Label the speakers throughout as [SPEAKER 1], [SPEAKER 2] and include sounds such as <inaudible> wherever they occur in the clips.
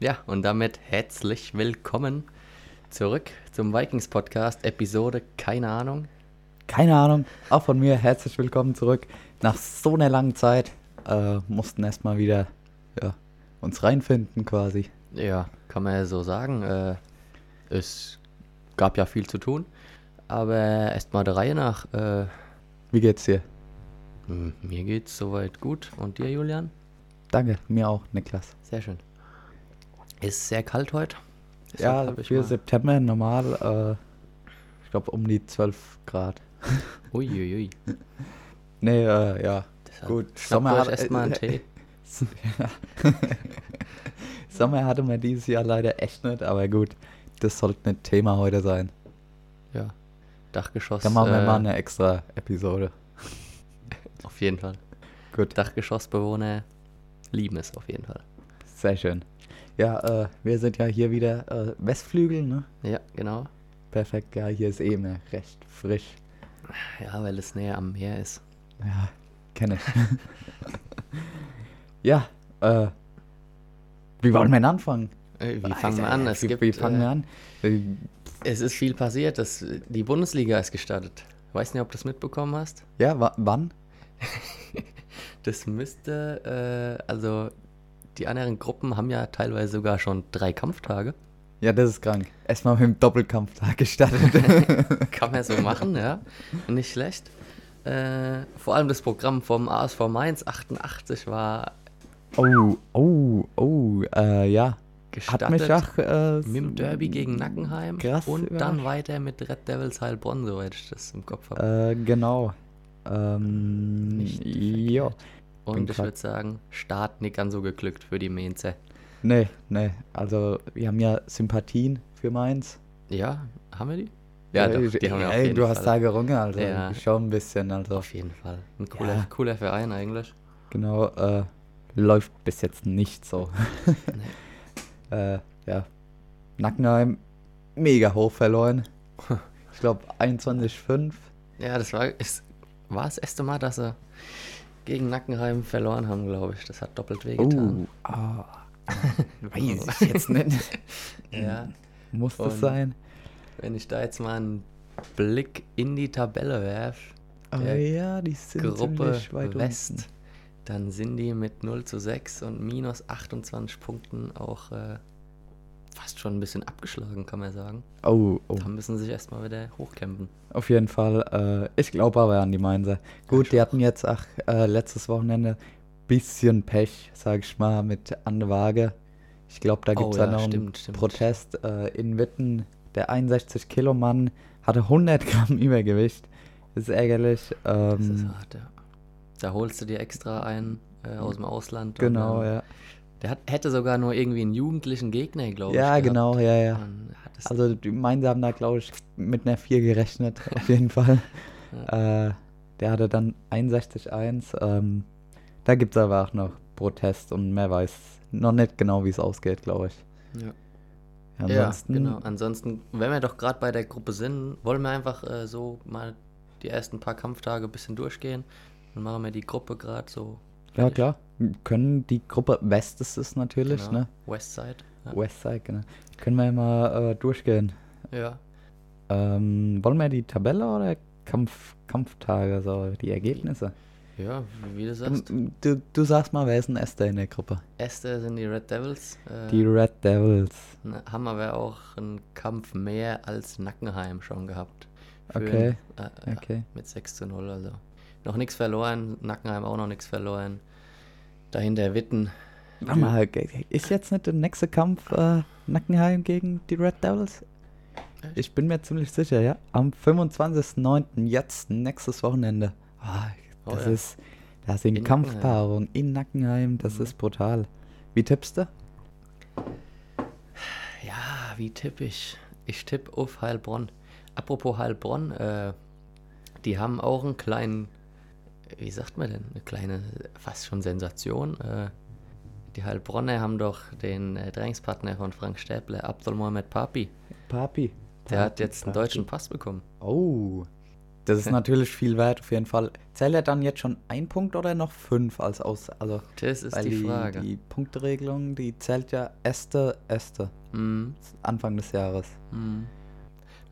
[SPEAKER 1] Ja, und damit herzlich willkommen zurück zum Vikings Podcast, Episode, keine Ahnung.
[SPEAKER 2] Keine Ahnung, auch von mir herzlich willkommen zurück. Nach so einer langen Zeit äh, mussten erstmal wieder ja, uns reinfinden quasi.
[SPEAKER 1] Ja, kann man ja so sagen. Äh, es gab ja viel zu tun, aber erstmal der Reihe nach. Äh,
[SPEAKER 2] Wie geht's dir?
[SPEAKER 1] hm, mir geht's soweit gut. Und dir, Julian?
[SPEAKER 2] Danke, mir auch, Niklas.
[SPEAKER 1] Sehr schön. Ist sehr kalt heute.
[SPEAKER 2] Ja,
[SPEAKER 1] hab ich
[SPEAKER 2] für
[SPEAKER 1] mal-
[SPEAKER 2] September normal, äh, ich glaube um die 12 Grad.
[SPEAKER 1] Uiuiui.
[SPEAKER 2] Nee, äh, ja.
[SPEAKER 1] Deshalb
[SPEAKER 2] <laughs> Gut,
[SPEAKER 1] Schnappt
[SPEAKER 2] Sommer-
[SPEAKER 1] euch erstmal
[SPEAKER 2] <laughs>
[SPEAKER 1] einen Tee.
[SPEAKER 2] Ja. Sommer hatte man dieses Jahr leider echt nicht, aber gut, das sollte nicht Thema heute sein.
[SPEAKER 1] Ja. Dachgeschoss.
[SPEAKER 2] Dann machen wir
[SPEAKER 1] äh,
[SPEAKER 2] mal eine extra Episode.
[SPEAKER 1] Auf jeden Fall.
[SPEAKER 2] Gut,
[SPEAKER 1] Dachgeschossbewohner lieben es auf jeden Fall.
[SPEAKER 2] sehr schön. Ja, äh, wir sind ja hier wieder äh, Westflügel, ne?
[SPEAKER 1] Ja, genau.
[SPEAKER 2] Perfekt, ja, hier ist eh immer recht frisch.
[SPEAKER 1] Ja, weil es näher am Meer ist.
[SPEAKER 2] Ja, kenne ich. <laughs> ja, äh, wie wollen wir denn anfangen?
[SPEAKER 1] Äh, Wie fangen wir
[SPEAKER 2] Alter,
[SPEAKER 1] an? Es
[SPEAKER 2] wie,
[SPEAKER 1] gibt,
[SPEAKER 2] wie fangen wir
[SPEAKER 1] äh,
[SPEAKER 2] an? Äh,
[SPEAKER 1] Es ist viel passiert. Das, die Bundesliga ist gestartet. Weiß nicht, ob du das mitbekommen hast.
[SPEAKER 2] Ja, wa wann?
[SPEAKER 1] Das müsste, äh, also die anderen Gruppen haben ja teilweise sogar schon drei Kampftage.
[SPEAKER 2] Ja, das ist krank. Erstmal mit dem
[SPEAKER 1] <laughs>
[SPEAKER 2] Doppelkampftag gestartet.
[SPEAKER 1] Kann man so machen, ja. Nicht schlecht. Äh, vor allem das Programm vom ASV Mainz 88 war
[SPEAKER 2] Oh, oh, oh, äh, ja.
[SPEAKER 1] gestartet.
[SPEAKER 2] Hat mich auch äh,
[SPEAKER 1] Mit dem Derby gegen Nackenheim
[SPEAKER 2] krass
[SPEAKER 1] und dann
[SPEAKER 2] überrascht.
[SPEAKER 1] weiter mit Red Devils Heilbronn, soweit ich das im Kopf habe.
[SPEAKER 2] Äh, genau. Ähm,
[SPEAKER 1] Nicht ne?
[SPEAKER 2] ja.
[SPEAKER 1] verkehrt. und
[SPEAKER 2] bin
[SPEAKER 1] ich
[SPEAKER 2] grad-
[SPEAKER 1] würde sagen, Start nicht ganz so geglückt für die Mainzer.
[SPEAKER 2] Nee, nee. Also, wir haben ja Sympathien für Mainz.
[SPEAKER 1] Ja, haben wir die? Ja, doch, die haben wir auf
[SPEAKER 2] ey,
[SPEAKER 1] jeden
[SPEAKER 2] du hast da
[SPEAKER 1] Fall.
[SPEAKER 2] gerungen, also
[SPEAKER 1] Ja.
[SPEAKER 2] schon ein bisschen. Also,
[SPEAKER 1] Auf jeden Fall. Ein cooler,
[SPEAKER 2] Ja.
[SPEAKER 1] cooler Verein eigentlich.
[SPEAKER 2] genau, äh, läuft bis jetzt nicht so. <laughs> äh, ja. Nackenheim, mega
[SPEAKER 1] <laughs>
[SPEAKER 2] hoch verloren. Ich glaube, 21,5.
[SPEAKER 1] Ja, das war, ist, war das erste Mal, dass sie gegen Nackenheim verloren haben, glaube ich. Das hat doppelt wehgetan.
[SPEAKER 2] Oh, ah,
[SPEAKER 1] Oh,
[SPEAKER 2] weiß ich
[SPEAKER 1] <laughs>
[SPEAKER 2] jetzt nicht.
[SPEAKER 1] Ja,
[SPEAKER 2] Muss das
[SPEAKER 1] Und-
[SPEAKER 2] sein?
[SPEAKER 1] wenn ich da jetzt mal einen Blick in die Tabelle werfe,
[SPEAKER 2] Oh
[SPEAKER 1] der
[SPEAKER 2] ja, die sind
[SPEAKER 1] Gruppe
[SPEAKER 2] ziemlich weit
[SPEAKER 1] West,
[SPEAKER 2] unten.
[SPEAKER 1] dann sind die mit 0 zu 6 und minus 28 Punkten auch äh, fast schon ein bisschen abgeschlagen, kann man sagen.
[SPEAKER 2] Oh, oh.
[SPEAKER 1] Da müssen sie sich erstmal wieder hochkämpfen.
[SPEAKER 2] Auf jeden Fall. Äh, ich glaube aber an die Mainzer. Gut, die hatten jetzt auch äh, letztes Wochenende bisschen Pech, sag ich mal, mit An der Waage. Ich glaube, da
[SPEAKER 1] Oh
[SPEAKER 2] gibt es
[SPEAKER 1] ja,
[SPEAKER 2] noch einen
[SPEAKER 1] stimmt, stimmt.
[SPEAKER 2] Protest äh, in Witten. Der 61-Kilo-Mann hatte 100 Gramm <laughs> Übergewicht. Ist ärgerlich. Ähm,
[SPEAKER 1] Das ist hart, ja. Da holst du dir extra einen äh, aus dem Ausland. und
[SPEAKER 2] genau,
[SPEAKER 1] dann-
[SPEAKER 2] ja.
[SPEAKER 1] Der hat, hätte sogar nur irgendwie einen jugendlichen Gegner, glaube
[SPEAKER 2] Ja,
[SPEAKER 1] ich. gehabt.
[SPEAKER 2] genau, ja, ja.
[SPEAKER 1] Dann hat es-
[SPEAKER 2] Also die Mainzer haben da, glaube ich, mit einer 4 gerechnet, <laughs> auf jeden Fall. Äh, der hatte dann 61-1. Ähm, da gibt es aber auch noch Protest und mehr weiß noch nicht genau, wie es ausgeht, glaube ich.
[SPEAKER 1] ja. ja,
[SPEAKER 2] Ansonsten,
[SPEAKER 1] genau. Ansonsten, wenn wir doch gerade bei der Gruppe sind, wollen wir einfach äh, so mal die ersten paar Kampftage ein bisschen durchgehen. Dann machen wir die Gruppe gerade so.
[SPEAKER 2] ja klar, können die Gruppe West ist es natürlich,
[SPEAKER 1] Genau.
[SPEAKER 2] ne?
[SPEAKER 1] Westside. Ja.
[SPEAKER 2] Westside, genau. Können wir mal äh, durchgehen.
[SPEAKER 1] ja.
[SPEAKER 2] Ähm, wollen wir die Tabelle oder Kampf, Kampftage, so die Ergebnisse?
[SPEAKER 1] Ja, wie du sagst.
[SPEAKER 2] Du, du sagst mal, wer ist ein Esther in der Gruppe?
[SPEAKER 1] Esther sind die Red Devils. Äh,
[SPEAKER 2] Die Red Devils.
[SPEAKER 1] Ne, Haben aber auch einen Kampf mehr als Nackenheim schon gehabt.
[SPEAKER 2] Okay,
[SPEAKER 1] Äh, äh,
[SPEAKER 2] okay.
[SPEAKER 1] Mit 6 zu 0, also. Noch nichts verloren, Nackenheim auch noch nichts verloren. Dahinter Witten.
[SPEAKER 2] Warte mal, ge- ge- ist jetzt nicht der nächste Kampf äh, Nackenheim gegen die Red Devils?
[SPEAKER 1] Echt?
[SPEAKER 2] Ich bin mir ziemlich sicher, ja. Am 25.09. jetzt, nächstes Wochenende. Ah,
[SPEAKER 1] Oh
[SPEAKER 2] das
[SPEAKER 1] ja.
[SPEAKER 2] ist, das sind
[SPEAKER 1] In Mhm.
[SPEAKER 2] Kampfpaarungen in Nackenheim, das ist brutal. Wie tippst du?
[SPEAKER 1] Ja, wie tipp ich? Ich tippe auf Heilbronn. Apropos Heilbronn, äh, die haben auch einen kleinen, wie sagt man denn, eine kleine, fast schon Sensation. Äh, die Heilbronner haben doch den äh, Trainingspartner von Frank Stäble, Abdul Mohamed Papi.
[SPEAKER 2] Papi.
[SPEAKER 1] Der hat jetzt einen deutschen Pass bekommen.
[SPEAKER 2] Oh,
[SPEAKER 1] <laughs>
[SPEAKER 2] Das ist natürlich viel wert, auf jeden Fall. Zählt er dann jetzt schon ein Punkt oder noch fünf als aus? Also,
[SPEAKER 1] Das ist
[SPEAKER 2] weil
[SPEAKER 1] die Frage.
[SPEAKER 2] Die Punkteregelung, die zählt ja Äste, Äste.
[SPEAKER 1] Mhm.
[SPEAKER 2] Anfang des Jahres.
[SPEAKER 1] Mhm.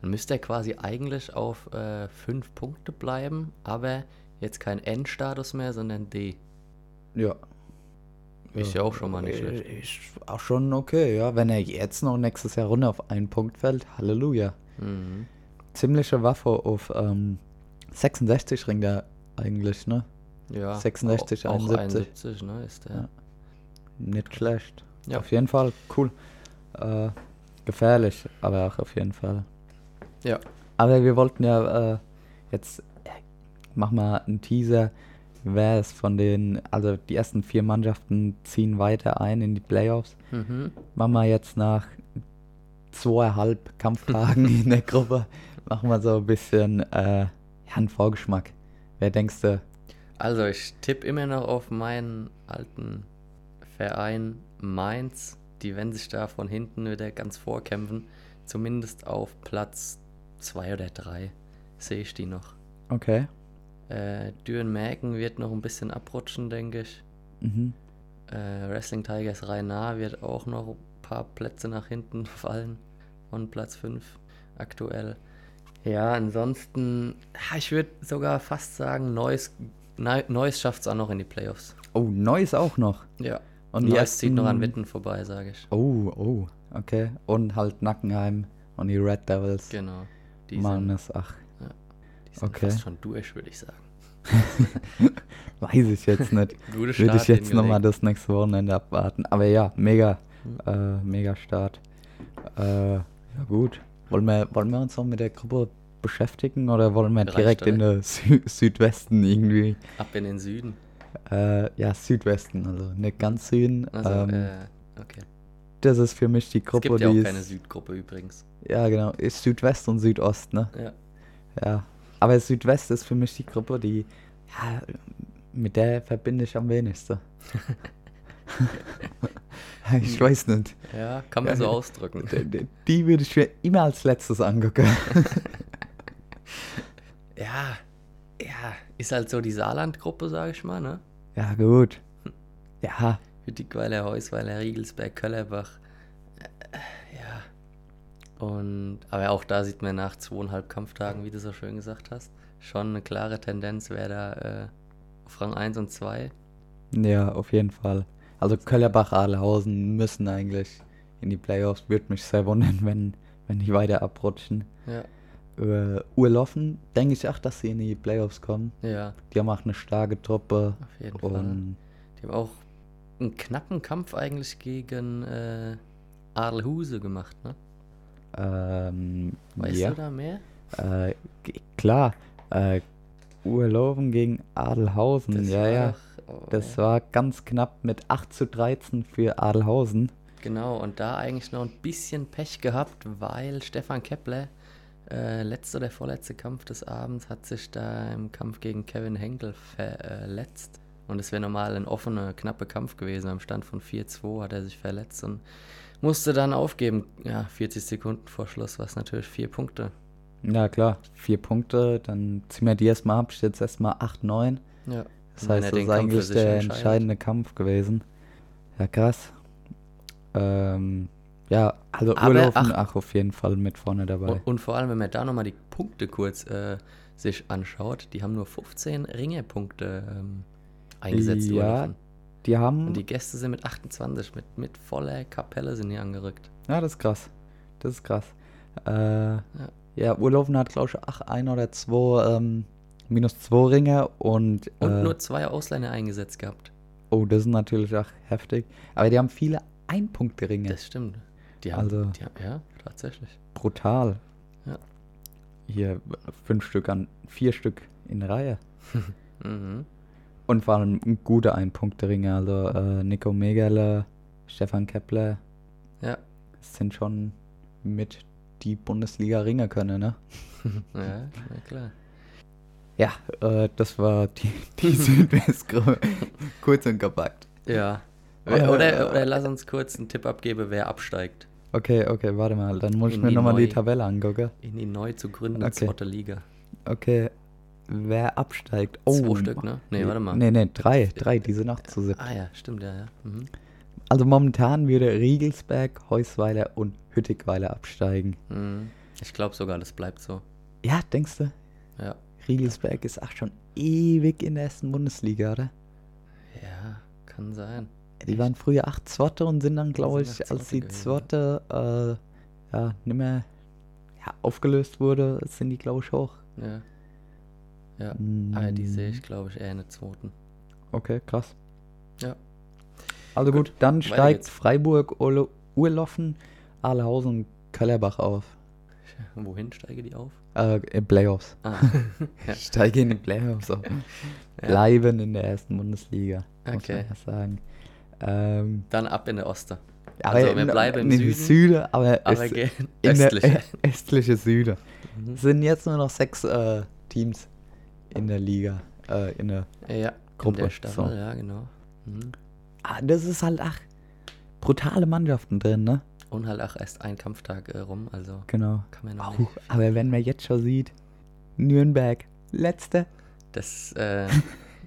[SPEAKER 1] Dann müsste er quasi eigentlich auf äh, fünf Punkte bleiben, aber jetzt kein N-Status mehr, sondern D.
[SPEAKER 2] Ja.
[SPEAKER 1] Ist ja auch schon mal nicht
[SPEAKER 2] Äh,
[SPEAKER 1] schlecht.
[SPEAKER 2] Ist auch schon okay, ja. Wenn er jetzt noch nächstes Jahr runter auf einen Punkt fällt, Halleluja.
[SPEAKER 1] Mhm.
[SPEAKER 2] Ziemliche Waffe auf ähm, 66 ringt er eigentlich, ne?
[SPEAKER 1] Ja,
[SPEAKER 2] 66,
[SPEAKER 1] au- auch
[SPEAKER 2] 71.
[SPEAKER 1] 71, ne, ist der.
[SPEAKER 2] Ja. Nicht schlecht.
[SPEAKER 1] Ja.
[SPEAKER 2] Auf jeden Fall, cool. Äh, gefährlich, aber auch auf jeden Fall.
[SPEAKER 1] Ja.
[SPEAKER 2] Aber wir wollten ja äh, jetzt, äh, mach mal einen Teaser, wer es von den, also die ersten vier Mannschaften ziehen weiter ein in die Playoffs.
[SPEAKER 1] Mhm.
[SPEAKER 2] Machen wir jetzt nach zweieinhalb Kampftagen in der Gruppe, machen wir so ein bisschen äh, ja, einen Vorgeschmack. Wer denkst du?
[SPEAKER 1] Also ich tippe immer noch auf meinen alten Verein Mainz. Die werden sich da von hinten wieder ganz vorkämpfen. Zumindest auf Platz 2 oder 3 sehe ich die noch.
[SPEAKER 2] Okay.
[SPEAKER 1] Äh, Düren-Mäken wird noch ein bisschen abrutschen, denke ich.
[SPEAKER 2] Mhm.
[SPEAKER 1] Äh, Wrestling Tigers Rhein-Nahe wird auch noch ein paar Plätze nach hinten <laughs> fallen. Von Platz 5 aktuell. Ja, ansonsten, ah, ich würde sogar fast sagen, Neuss, Neu- Neuss schafft es auch noch in die Playoffs.
[SPEAKER 2] Oh, Neues auch noch.
[SPEAKER 1] Ja. Und
[SPEAKER 2] Und die
[SPEAKER 1] Neuss zieht noch an
[SPEAKER 2] ersten-
[SPEAKER 1] Witten vorbei, sage ich.
[SPEAKER 2] Oh, oh, okay. Und halt Nackenheim und die Red Devils.
[SPEAKER 1] Genau. Die
[SPEAKER 2] Mann,
[SPEAKER 1] sind,
[SPEAKER 2] das, ach,
[SPEAKER 1] die sind
[SPEAKER 2] okay.
[SPEAKER 1] fast schon durch, würde ich sagen.
[SPEAKER 2] weiß ich
[SPEAKER 1] <laughs>
[SPEAKER 2] jetzt nicht.
[SPEAKER 1] Gute
[SPEAKER 2] Würde ich jetzt nochmal das nächste Wochenende abwarten. Aber ja, mega, äh,
[SPEAKER 1] Hm.
[SPEAKER 2] mega Start. Äh, ja gut. Wollen wir, wollen wir uns noch mit der Gruppe beschäftigen oder wollen wir
[SPEAKER 1] Reicht,
[SPEAKER 2] direkt in
[SPEAKER 1] ne?
[SPEAKER 2] den Sü Südwesten irgendwie?
[SPEAKER 1] Ab in den Süden.
[SPEAKER 2] Äh, ja, Südwesten, also nicht ganz Süden.
[SPEAKER 1] Also,
[SPEAKER 2] ähm,
[SPEAKER 1] äh, okay.
[SPEAKER 2] das ist für mich die
[SPEAKER 1] Es
[SPEAKER 2] Gruppe,
[SPEAKER 1] gibt ja
[SPEAKER 2] die
[SPEAKER 1] auch
[SPEAKER 2] ist,
[SPEAKER 1] keine Südgruppe übrigens.
[SPEAKER 2] Ja, genau. Ist Südwest und Südost, ne?
[SPEAKER 1] Ja.
[SPEAKER 2] Ja, aber Südwest ist für mich die Gruppe, die ja, mit der verbinde ich
[SPEAKER 1] <laughs>
[SPEAKER 2] am wenigsten. <laughs> ich weiß nicht.
[SPEAKER 1] Ja, kann man so
[SPEAKER 2] <laughs>
[SPEAKER 1] ausdrücken.
[SPEAKER 2] D- d- Die würde ich mir immer als letztes angucken.
[SPEAKER 1] Ja, ja, ist halt so die Saarland-Gruppe, sage ich mal, ne?
[SPEAKER 2] Ja, gut. Ja,
[SPEAKER 1] Hüttichweiler, Heusweiler, Riegelsberg, Köllerbach. Äh, Ja. Und, aber auch da sieht man nach zweieinhalb Kampftagen, wie du so schön gesagt hast, schon eine klare Tendenz, wer da äh, auf Rang 1 und 2.
[SPEAKER 2] ja, auf jeden Fall. Also Köllerbach, Adelhausen müssen eigentlich in die Playoffs. Würde mich sehr wundern, wenn, wenn die weiter abrutschen.
[SPEAKER 1] Ja.
[SPEAKER 2] Äh, Urloffen denke ich auch, dass sie in die Playoffs kommen.
[SPEAKER 1] Ja,
[SPEAKER 2] Die haben auch eine starke Truppe.
[SPEAKER 1] auf jeden Fall.
[SPEAKER 2] Und
[SPEAKER 1] Die haben auch einen knappen Kampf eigentlich gegen äh, Adelhuse gemacht, ne?
[SPEAKER 2] ähm,
[SPEAKER 1] Weißt
[SPEAKER 2] ja.
[SPEAKER 1] du da mehr?
[SPEAKER 2] Äh, g- klar, äh, Urlaufen gegen Adelhausen, Hm, ja,
[SPEAKER 1] war
[SPEAKER 2] ja.
[SPEAKER 1] doch- oh,
[SPEAKER 2] Das war ganz knapp mit 8 zu 13 für Adelhausen.
[SPEAKER 1] Genau, und da eigentlich noch ein bisschen Pech gehabt, weil Stefan Kepler, äh, letzter oder vorletzte Kampf des Abends, hat sich da im Kampf gegen Kevin Henkel verletzt. Und es wäre normal ein offener, knapper Kampf gewesen. Am Stand von 4-2 hat er sich verletzt und musste dann aufgeben. Ja, 40 Sekunden vor Schluss war es natürlich vier Punkte.
[SPEAKER 2] Ja, klar, vier Punkte, dann ziehen wir die erstmal ab, steht jetzt erstmal 8, 9.
[SPEAKER 1] Ja.
[SPEAKER 2] Das
[SPEAKER 1] Und wenn
[SPEAKER 2] heißt,
[SPEAKER 1] er
[SPEAKER 2] das
[SPEAKER 1] den
[SPEAKER 2] ist
[SPEAKER 1] Kampf für
[SPEAKER 2] eigentlich
[SPEAKER 1] sich
[SPEAKER 2] der
[SPEAKER 1] entscheidet.
[SPEAKER 2] entscheidende Kampf gewesen. Ja, krass. Ähm, ja, also
[SPEAKER 1] Aber
[SPEAKER 2] Urlaufen,
[SPEAKER 1] ach- Oh.
[SPEAKER 2] ach, auf jeden Fall mit vorne dabei.
[SPEAKER 1] Und, und vor allem, wenn man da nochmal die Punkte kurz äh, sich anschaut, die haben nur 15 Ringerpunkte ähm, eingesetzt. die
[SPEAKER 2] Ja,
[SPEAKER 1] Olympischen.
[SPEAKER 2] Die haben.
[SPEAKER 1] Und die Gäste sind mit 28, mit, mit voller Kapelle sind die angerückt.
[SPEAKER 2] Ja, das ist krass. Das ist krass. Äh, ja. Urlaufen hat, glaube ich, ach, ein oder zwei, ähm, minus zwei Ringe und,
[SPEAKER 1] Und
[SPEAKER 2] äh,
[SPEAKER 1] nur zwei Ausländer eingesetzt gehabt.
[SPEAKER 2] oh, das ist natürlich auch heftig. Aber die haben viele Einpunktringe.
[SPEAKER 1] Das stimmt. Die haben,
[SPEAKER 2] Also-
[SPEAKER 1] die haben, ja, tatsächlich.
[SPEAKER 2] Brutal.
[SPEAKER 1] Ja.
[SPEAKER 2] Hier äh, fünf Stück an, vier Stück in Reihe.
[SPEAKER 1] Mhm.
[SPEAKER 2] Und vor allem gute Einpunktringe. Also äh, Nico Megele, Stefan Kepler,
[SPEAKER 1] Ja.
[SPEAKER 2] das sind schon mit die Bundesliga-Ringe können, ne?
[SPEAKER 1] ja, na klar.
[SPEAKER 2] Ja, äh, das war die, <laughs> die Südwestgruppe. Kurz und kompakt.
[SPEAKER 1] Ja.
[SPEAKER 2] Äh,
[SPEAKER 1] Oder, oder, lass uns kurz einen Tipp abgeben, wer absteigt.
[SPEAKER 2] Okay, okay, warte mal. Dann muss ich
[SPEAKER 1] In
[SPEAKER 2] mir
[SPEAKER 1] die
[SPEAKER 2] nochmal die
[SPEAKER 1] neue-
[SPEAKER 2] Tabelle angucken.
[SPEAKER 1] In die neu zu gründende
[SPEAKER 2] Okay.
[SPEAKER 1] zweite Liga.
[SPEAKER 2] Okay, wer absteigt. Oh,
[SPEAKER 1] Zwei Stück, ne? Nee, warte mal.
[SPEAKER 2] Nee, nee, drei. Drei, diese Nacht zu sieben.
[SPEAKER 1] Ah ja, stimmt, ja, ja. Mhm.
[SPEAKER 2] Also momentan würde Riegelsberg, Heusweiler und Hüttigweiler absteigen.
[SPEAKER 1] Mhm. Ich glaube sogar, das bleibt so.
[SPEAKER 2] Ja, denkst du?
[SPEAKER 1] Ja.
[SPEAKER 2] Riegelsberg ist auch schon ewig in der ersten Bundesliga, oder?
[SPEAKER 1] Ja, kann sein.
[SPEAKER 2] Die waren früher acht Zwotte und sind dann, glaube
[SPEAKER 1] sind
[SPEAKER 2] ich,
[SPEAKER 1] acht
[SPEAKER 2] als
[SPEAKER 1] Zwotte
[SPEAKER 2] die
[SPEAKER 1] gewesen, ja.
[SPEAKER 2] Zwotte äh, ja, nicht mehr ja, aufgelöst wurde, sind die, glaube ich, hoch.
[SPEAKER 1] Ja. Hm. Ja.
[SPEAKER 2] Mm.
[SPEAKER 1] Aber Ah, die sehe ich, glaube ich, eher in der zweiten.
[SPEAKER 2] Okay, krass.
[SPEAKER 1] Ja.
[SPEAKER 2] Also gut,
[SPEAKER 1] Gut,
[SPEAKER 2] dann
[SPEAKER 1] weiter
[SPEAKER 2] steigt
[SPEAKER 1] geht's.
[SPEAKER 2] Freiburg, Urlo- Urloffen, Ahlhausen und Kellerbach auf.
[SPEAKER 1] Wohin steige die auf?
[SPEAKER 2] Äh, in Playoffs.
[SPEAKER 1] <laughs> Ah. ja.
[SPEAKER 2] Steige in die Playoffs <laughs> auf. Bleiben in der ersten Bundesliga. Muss
[SPEAKER 1] Okay.
[SPEAKER 2] man erst sagen. Ähm,
[SPEAKER 1] Dann ab in der Oster.
[SPEAKER 2] aber
[SPEAKER 1] Also, wir
[SPEAKER 2] in-
[SPEAKER 1] bleiben im
[SPEAKER 2] in
[SPEAKER 1] Süden,
[SPEAKER 2] aber,
[SPEAKER 1] Aber
[SPEAKER 2] es-
[SPEAKER 1] gehen
[SPEAKER 2] in
[SPEAKER 1] östlich.
[SPEAKER 2] Der, <laughs> östliche Süde.
[SPEAKER 1] Mhm.
[SPEAKER 2] Es sind jetzt nur noch sechs äh, Teams in der Liga. Äh, in der,
[SPEAKER 1] Ja,
[SPEAKER 2] Gruppe,
[SPEAKER 1] in der
[SPEAKER 2] so.
[SPEAKER 1] Staffel, ja, genau. Mhm.
[SPEAKER 2] ah, das ist halt, ach, brutale Mannschaften drin, ne?
[SPEAKER 1] Und halt auch erst ein Kampftag äh, rum, also
[SPEAKER 2] Genau.
[SPEAKER 1] kann man noch
[SPEAKER 2] Au,
[SPEAKER 1] nicht.
[SPEAKER 2] aber wenn man jetzt schon sieht, Nürnberg, letzte,
[SPEAKER 1] Das, <laughs> äh,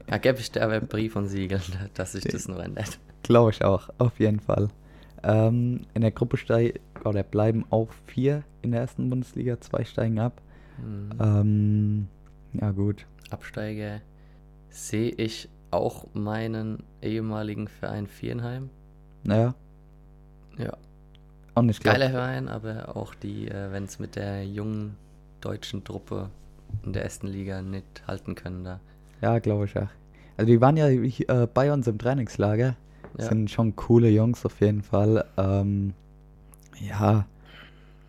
[SPEAKER 1] ja, gäbe ich dir aber Brief und Siegel, <laughs> dass sich das noch ändert.
[SPEAKER 2] glaube ich auch, auf jeden Fall. Ähm, in der Gruppe steigen, oder bleiben auch vier in der ersten Bundesliga, zwei steigen ab.
[SPEAKER 1] Mhm.
[SPEAKER 2] Ähm, ja, gut.
[SPEAKER 1] Absteiger sehe ich auch meinen ehemaligen Verein Vierenheim.
[SPEAKER 2] Naja.
[SPEAKER 1] Ja.
[SPEAKER 2] Und ich glaube,
[SPEAKER 1] Geiler Verein, aber auch die, äh, wenn es mit der jungen deutschen Truppe in der ersten Liga nicht halten können da.
[SPEAKER 2] ja, glaube ich auch. Also, die waren ja hier, äh, bei uns im Trainingslager.
[SPEAKER 1] Ja,
[SPEAKER 2] Sind schon coole Jungs auf jeden Fall. Ähm, ja,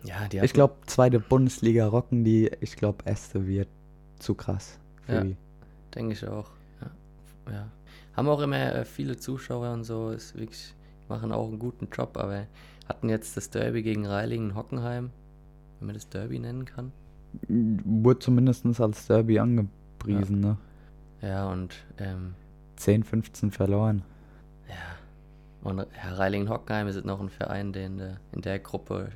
[SPEAKER 1] ja die
[SPEAKER 2] ich glaube, zweite Bundesliga rocken die. Ich glaube, erste wird zu krass. Für
[SPEAKER 1] Ja.
[SPEAKER 2] die.
[SPEAKER 1] denke ich auch. Ja. ja. Haben auch immer äh, viele Zuschauer und so, ist wirklich, machen auch einen guten Job, aber hatten jetzt das Derby gegen Reilingen Hockenheim, wenn man das Derby nennen kann.
[SPEAKER 2] Wurde zumindest als Derby angepriesen, ne?
[SPEAKER 1] Ja, und ähm,
[SPEAKER 2] 10, 15 verloren.
[SPEAKER 1] Ja. Und Herr Reilingen-Hockenheim ist noch ein Verein, den du in der Gruppe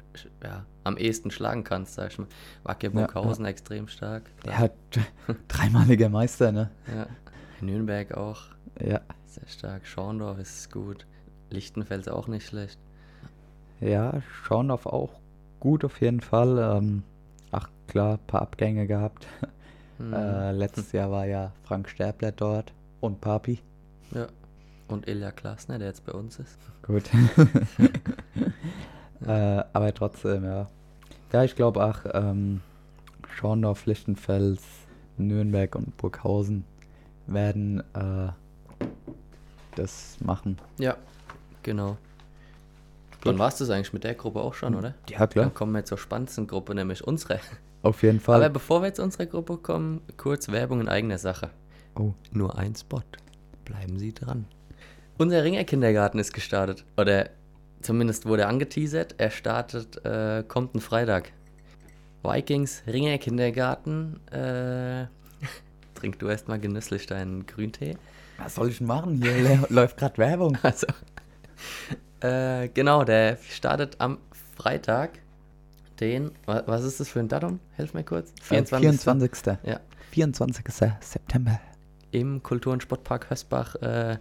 [SPEAKER 1] ja, am ehesten schlagen kannst, sag ich mal. Wacke Burghausen extrem stark.
[SPEAKER 2] Der hat <laughs> dreimaliger Meister, ne?
[SPEAKER 1] Ja. Nürnberg auch
[SPEAKER 2] Ja,
[SPEAKER 1] sehr stark. Schorndorf ist gut. Lichtenfels auch nicht schlecht.
[SPEAKER 2] ja, Schorndorf auch gut auf jeden Fall. Ähm, ach klar, paar Abgänge gehabt.
[SPEAKER 1] Hm,
[SPEAKER 2] Äh, letztes Jahr war ja Frank Sterbler dort und Papi.
[SPEAKER 1] Ja. Und Ilja Klasner, der jetzt bei uns ist.
[SPEAKER 2] Gut. <laughs> äh, aber trotzdem, ja. Ja, ich glaube, ach, ähm, Schorndorf, Lichtenfels, Nürnberg und Burghausen werden äh, das machen.
[SPEAKER 1] Ja, genau. Dann war es das eigentlich mit der Gruppe auch schon, oder?
[SPEAKER 2] Ja,
[SPEAKER 1] Dann kommen wir zur spannendsten Gruppe, nämlich unsere.
[SPEAKER 2] Auf jeden
[SPEAKER 1] Aber
[SPEAKER 2] Fall.
[SPEAKER 1] bevor wir jetzt zu unserer Gruppe kommen, kurz Werbung in eigener Sache.
[SPEAKER 2] oh,
[SPEAKER 1] Nur ein Spot. Bleiben Sie dran. Unser Ringer-Kindergarten ist gestartet. Oder zumindest wurde er angeteasert. Er startet äh, kommenden Freitag. Vikings Ringer-Kindergarten. Äh, trink du erstmal genüsslich deinen Grüntee. <laughs>
[SPEAKER 2] was soll ich denn machen? Hier lä- <laughs> läuft gerade Werbung.
[SPEAKER 1] Also, äh, genau, der startet am Freitag. Den, wa- was ist das für ein Datum? Helf mir kurz.
[SPEAKER 2] Äh, 24.
[SPEAKER 1] Ja,
[SPEAKER 2] 24. September.
[SPEAKER 1] im Kultur- und Sportpark Hösbach äh,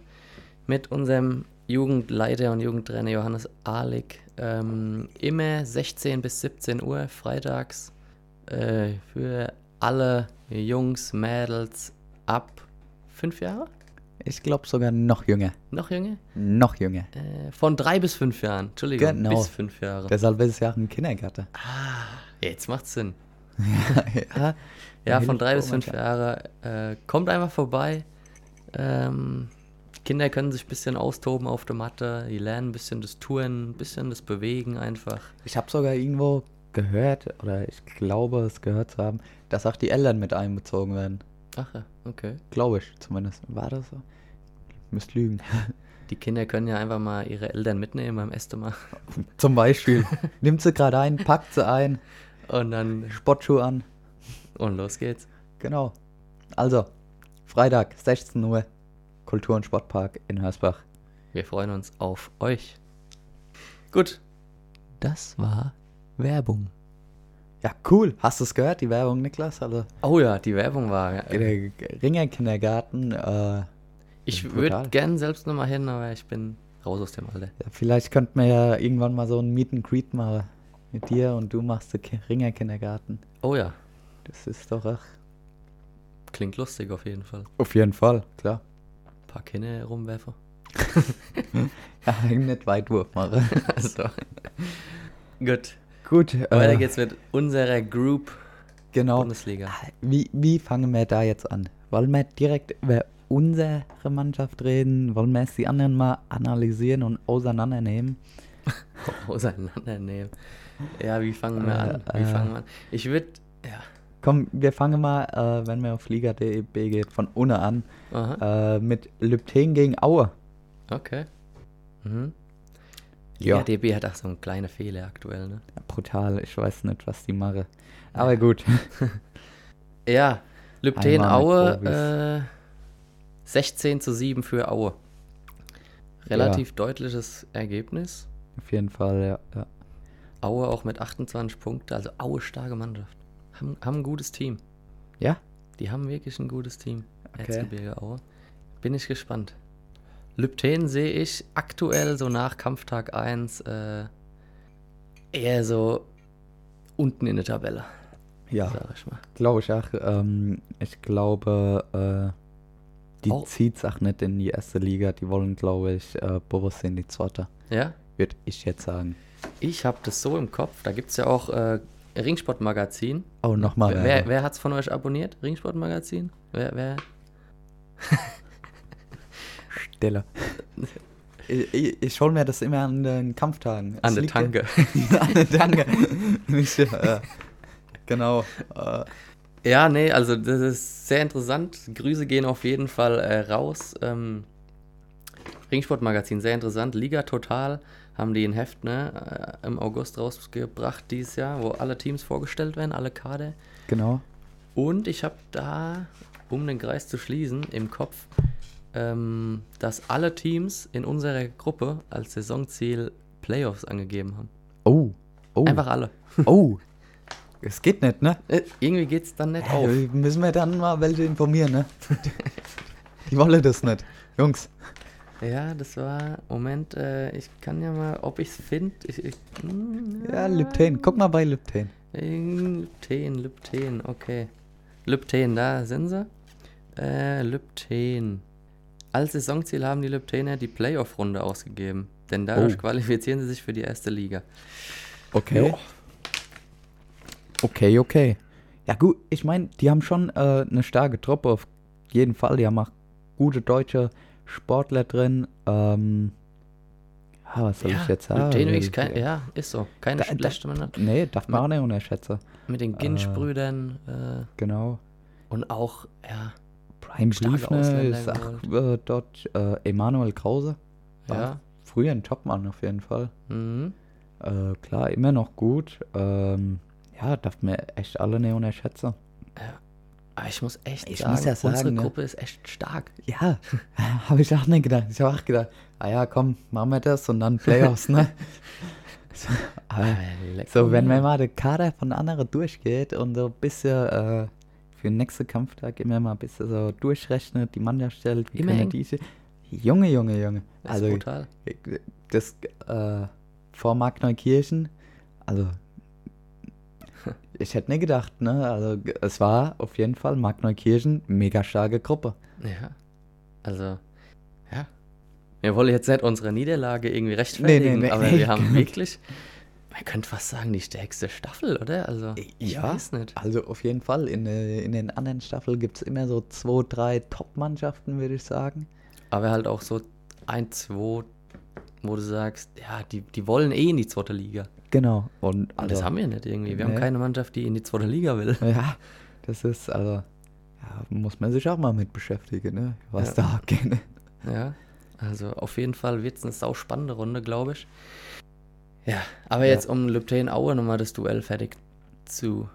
[SPEAKER 1] mit unserem Jugendleiter und Jugendtrainer Johannes Ahlig. Ähm, immer 16 bis 17 Uhr freitags äh, für alle Jungs, Mädels ab fünf Jahre?
[SPEAKER 2] Ich glaube sogar noch jünger.
[SPEAKER 1] Noch jünger?
[SPEAKER 2] Noch jünger.
[SPEAKER 1] Äh, von drei bis fünf Jahren. Entschuldigung,
[SPEAKER 2] Genau.
[SPEAKER 1] bis fünf Jahre.
[SPEAKER 2] Deshalb ist es ja auch ein Kindergarten.
[SPEAKER 1] ah, jetzt macht's Sinn.
[SPEAKER 2] <laughs> ja.
[SPEAKER 1] Ja,
[SPEAKER 2] Hilfe,
[SPEAKER 1] von drei bis
[SPEAKER 2] oh mein
[SPEAKER 1] fünf
[SPEAKER 2] Gott.
[SPEAKER 1] Jahre. Äh, kommt einfach vorbei. Ähm, Kinder können sich ein bisschen austoben auf der Matte. Die lernen ein bisschen das Touren, ein bisschen das Bewegen einfach.
[SPEAKER 2] Ich habe sogar irgendwo gehört, oder ich glaube es gehört zu haben, dass auch die Eltern mit einbezogen werden.
[SPEAKER 1] Ach ja, okay.
[SPEAKER 2] Glaube ich zumindest. War das so? Müsst lügen. <laughs>
[SPEAKER 1] Die Kinder können ja einfach mal ihre Eltern mitnehmen beim Esszimmer.
[SPEAKER 2] Zum Beispiel. Nimmt sie gerade ein, packt sie ein,
[SPEAKER 1] Und dann,
[SPEAKER 2] Sportschuhe an.
[SPEAKER 1] und los geht's.
[SPEAKER 2] Genau. Also, Freitag, 16 Uhr, Kultur- und Sportpark in Hörsbach.
[SPEAKER 1] Wir freuen uns auf euch. Gut. Das war Werbung.
[SPEAKER 2] Ja, cool. Hast du es gehört, die Werbung, Niklas? Also,
[SPEAKER 1] Oh ja, die Werbung war. Äh,
[SPEAKER 2] der Ringer-Kindergarten, äh,
[SPEAKER 1] ich
[SPEAKER 2] brutal.
[SPEAKER 1] würde gern selbst nochmal hin, aber ich bin raus aus dem Alter.
[SPEAKER 2] Ja, vielleicht könnten wir ja irgendwann mal so ein Meet and Greet mal mit dir und du machst den Ki- Ringer Kindergarten.
[SPEAKER 1] Oh ja,
[SPEAKER 2] Das ist doch ach.
[SPEAKER 1] klingt lustig auf jeden Fall.
[SPEAKER 2] Auf jeden Fall, klar.
[SPEAKER 1] Ein paar Kinder rumwerfen.
[SPEAKER 2] <laughs> Ja, nicht Weitwurf mache.
[SPEAKER 1] Also. <laughs> Gut,
[SPEAKER 2] <laughs> Gut,
[SPEAKER 1] weiter
[SPEAKER 2] äh,
[SPEAKER 1] geht's mit unserer Group
[SPEAKER 2] genau.
[SPEAKER 1] Bundesliga.
[SPEAKER 2] Wie, wie fangen wir da jetzt an? Wollen wir direkt über unsere Mannschaft reden? Wollen wir erst die anderen mal analysieren und auseinandernehmen?
[SPEAKER 1] Auseinandernehmen. Ja, wie fangen wir an?
[SPEAKER 2] Oh. Äh,
[SPEAKER 1] Wie
[SPEAKER 2] äh.
[SPEAKER 1] fangen wir an? Ich würde. Ja.
[SPEAKER 2] Komm, wir fangen mal, äh, wenn wir auf Liga DEB geht, von ohne an,
[SPEAKER 1] Aha,
[SPEAKER 2] äh, mit Lübten gegen Aue.
[SPEAKER 1] okay. Mhm.
[SPEAKER 2] Ja.
[SPEAKER 1] Ja, DB hat auch so einen kleinen Fehler aktuell, ne?
[SPEAKER 2] Brutal, ich weiß nicht, was die mache. Aber gut. <laughs>
[SPEAKER 1] Ja, Lübten
[SPEAKER 2] Einmal mit
[SPEAKER 1] Aue, äh, 16 zu 7 für Aue. Relativ deutliches Ergebnis.
[SPEAKER 2] Auf jeden Fall, ja. ja.
[SPEAKER 1] Aue auch mit 28 Punkten, also Aue starke Mannschaft. Haben, haben ein gutes Team.
[SPEAKER 2] Ja?
[SPEAKER 1] Die haben wirklich ein gutes Team.
[SPEAKER 2] Okay.
[SPEAKER 1] Erzgebirge Aue. Bin ich gespannt. Lübten sehe ich aktuell so nach Kampftag 1 äh, eher so unten in der Tabelle,
[SPEAKER 2] Ja,
[SPEAKER 1] sag ich mal.
[SPEAKER 2] glaube Also, ich auch. Ähm, ich glaube, äh, die
[SPEAKER 1] Au-
[SPEAKER 2] zieht's auch nicht in die erste Liga. Die wollen, glaube ich, äh, bewusst in die zweite.
[SPEAKER 1] Ja?
[SPEAKER 2] Würde ich jetzt sagen.
[SPEAKER 1] Ich habe das so im Kopf. Da gibt es ja auch äh, Ringsportmagazin.
[SPEAKER 2] Oh, nochmal.
[SPEAKER 1] Wer, wer, wer hat es von euch abonniert? Ringsportmagazin? Wer, wer?
[SPEAKER 2] Stille. <laughs> ich ich, ich hole mir das immer an den Kampftagen. Es
[SPEAKER 1] An der
[SPEAKER 2] liegt ja-
[SPEAKER 1] Tanke.
[SPEAKER 2] <laughs> an den Tanke. Nicht, äh, genau. Äh,
[SPEAKER 1] Ja, nee, also das ist sehr interessant. Grüße gehen auf jeden Fall äh, raus. Ähm, Ringsportmagazin, sehr interessant. Liga Total haben die ein Heft ne, äh, im August rausgebracht dieses Jahr, wo alle Teams vorgestellt werden, alle Kader.
[SPEAKER 2] genau.
[SPEAKER 1] Und ich habe da, um den Kreis zu schließen, im Kopf, ähm, dass alle Teams in unserer Gruppe als Saisonziel Playoffs angegeben haben.
[SPEAKER 2] Oh. Oh.
[SPEAKER 1] Einfach alle.
[SPEAKER 2] Oh. Es geht nicht, ne?
[SPEAKER 1] Äh, irgendwie geht es dann nicht
[SPEAKER 2] Auf.
[SPEAKER 1] auf.
[SPEAKER 2] Müssen wir dann mal welche informieren, ne? Die wollen das nicht. Jungs.
[SPEAKER 1] Ja, das war. Moment, äh, ich kann ja mal, ob ich's find. ich hm, es finde.
[SPEAKER 2] Ja, Liptain. Guck mal bei Liptain.
[SPEAKER 1] Lipten, Lipten, Hm, okay. Lipten, da sind sie. Äh, Lipten. Als Saisonziel haben die Liptener die Playoff-Runde ausgegeben. Denn dadurch
[SPEAKER 2] Oh.
[SPEAKER 1] qualifizieren sie sich für die erste Liga.
[SPEAKER 2] Okay.
[SPEAKER 1] Jo.
[SPEAKER 2] Okay, okay. Ja, gut. Ich meine, die haben schon äh, eine starke Truppe. Auf jeden Fall. Die haben auch gute deutsche Sportler drin. Ähm. Ja, was soll ich jetzt sagen?
[SPEAKER 1] Lipten wirklich kein, ja, ist so. Keine
[SPEAKER 2] Da- Ah. da-
[SPEAKER 1] schlechte Mannschaft.
[SPEAKER 2] Nee, darf man auch nicht unterschätzen.
[SPEAKER 1] Mit den Ginsch-Brüdern
[SPEAKER 2] Genau.
[SPEAKER 1] äh, und auch, ja,
[SPEAKER 2] Brian
[SPEAKER 1] Starke
[SPEAKER 2] Briefner
[SPEAKER 1] Ausländer
[SPEAKER 2] ist auch äh, dort. Äh, Emanuel Krause. War
[SPEAKER 1] ja.
[SPEAKER 2] Früher ein Topmann auf jeden Fall.
[SPEAKER 1] Mhm.
[SPEAKER 2] Äh, klar, immer noch gut. Ähm, ja, darf man echt alle nicht unterschätzen.
[SPEAKER 1] Aber Ah, ich muss echt
[SPEAKER 2] Ich
[SPEAKER 1] sagen,
[SPEAKER 2] muss ja sagen,
[SPEAKER 1] unsere
[SPEAKER 2] ne?
[SPEAKER 1] Gruppe ist echt stark.
[SPEAKER 2] Ja, <laughs> habe ich auch nicht gedacht. Ich habe auch gedacht, ah ja, komm, machen wir das und dann Playoffs, ne? <laughs> so, aber, so,
[SPEAKER 1] Oh.
[SPEAKER 2] wenn man mal den Kader von anderen durchgeht und so ein bisschen äh, für den nächsten Kampftag immer mal ein bisschen so durchrechnet, die Mannschaft stellt, wie
[SPEAKER 1] Immer
[SPEAKER 2] können
[SPEAKER 1] eng.
[SPEAKER 2] diese. Junge, Junge, Junge.
[SPEAKER 1] Das ist
[SPEAKER 2] Also,
[SPEAKER 1] brutal.
[SPEAKER 2] das äh, vor Markneukirchen, also ich hätte nicht gedacht, ne? Also g- es war auf jeden Fall Markneukirchen, mega starke Gruppe.
[SPEAKER 1] Ja. Also, ja. Wir wollen jetzt nicht unsere Niederlage irgendwie
[SPEAKER 2] Nee,
[SPEAKER 1] rechtfertigen,
[SPEAKER 2] nee, nee,
[SPEAKER 1] aber
[SPEAKER 2] nee, <laughs>
[SPEAKER 1] wir haben
[SPEAKER 2] genau.
[SPEAKER 1] wirklich, man könnte fast sagen, die stärkste Staffel, oder? Also, ich
[SPEAKER 2] ja.
[SPEAKER 1] weiß nicht.
[SPEAKER 2] Also auf jeden Fall, in, äh, in den anderen Staffeln gibt es immer so zwei, drei Top-Mannschaften, würde ich sagen.
[SPEAKER 1] Aber halt auch so ein, zwei, wo du sagst, ja, die, die wollen eh in die zweite Liga.
[SPEAKER 2] Genau. Und
[SPEAKER 1] Und
[SPEAKER 2] also,
[SPEAKER 1] das haben wir nicht irgendwie. Wir haben
[SPEAKER 2] Nee.
[SPEAKER 1] keine Mannschaft, die in die zweite Liga will.
[SPEAKER 2] ja, das ist also, ja, muss man sich auch mal mit beschäftigen, ne? Was
[SPEAKER 1] Ja.
[SPEAKER 2] da abgeht. ne?
[SPEAKER 1] Ja, also auf jeden Fall wird es eine sauspannende Runde, glaube ich. Ja, aber
[SPEAKER 2] Ja.
[SPEAKER 1] jetzt um Lübten Aue nochmal das Duell fertig zu.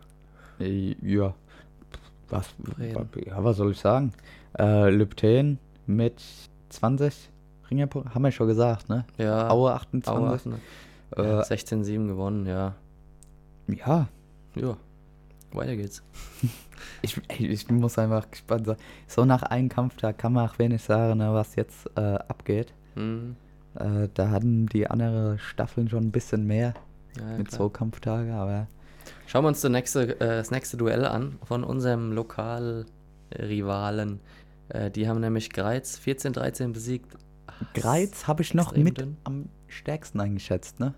[SPEAKER 2] Ja. Was,
[SPEAKER 1] Reden.
[SPEAKER 2] ja, was soll ich sagen? Äh, Lübten mit 20 Ringerpunkte, haben wir schon gesagt, ne?
[SPEAKER 1] Ja,
[SPEAKER 2] Aue
[SPEAKER 1] Aue
[SPEAKER 2] 28.
[SPEAKER 1] ne?
[SPEAKER 2] Äh,
[SPEAKER 1] Ja, 16-7 gewonnen, ja.
[SPEAKER 2] ja,
[SPEAKER 1] Ja, Weiter geht's.
[SPEAKER 2] Ich, ey, ich muss einfach gespannt sein. So nach einem Kampftag kann man auch wenig sagen, ne, was jetzt äh, abgeht.
[SPEAKER 1] Hm.
[SPEAKER 2] Äh, da hatten die anderen Staffeln schon ein bisschen mehr
[SPEAKER 1] Ja, ja,
[SPEAKER 2] mit
[SPEAKER 1] klar.
[SPEAKER 2] so Kampftagen, aber
[SPEAKER 1] Schauen wir uns das nächste, äh, das nächste Duell an von unserem Lokalrivalen. Äh, die haben nämlich Greiz 14-13 besiegt.
[SPEAKER 2] Greiz habe ich noch
[SPEAKER 1] extrem
[SPEAKER 2] mit
[SPEAKER 1] dünn.
[SPEAKER 2] am stärksten eingeschätzt, ne?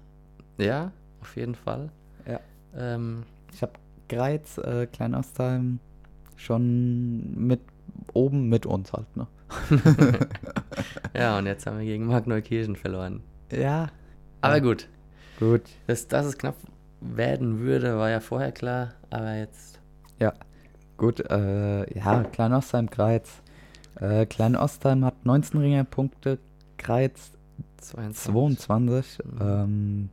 [SPEAKER 1] Ja, auf jeden Fall.
[SPEAKER 2] Ja.
[SPEAKER 1] Ähm,
[SPEAKER 2] Ich habe Greiz, äh, Kleinostheim schon mit oben mit uns halt, ne?
[SPEAKER 1] ja, und jetzt haben wir gegen Mark Neukirchen verloren.
[SPEAKER 2] Ja,
[SPEAKER 1] Aber
[SPEAKER 2] Ja.
[SPEAKER 1] gut,
[SPEAKER 2] gut.
[SPEAKER 1] dass, dass es knapp werden würde, war ja vorher klar. Aber jetzt,
[SPEAKER 2] Gut, äh, ja, Kleinostheim, Greiz. Äh, Kleinostheim hat 19 Ringerpunkte, Greiz
[SPEAKER 1] 22.
[SPEAKER 2] 22.
[SPEAKER 1] Mhm.
[SPEAKER 2] Ähm,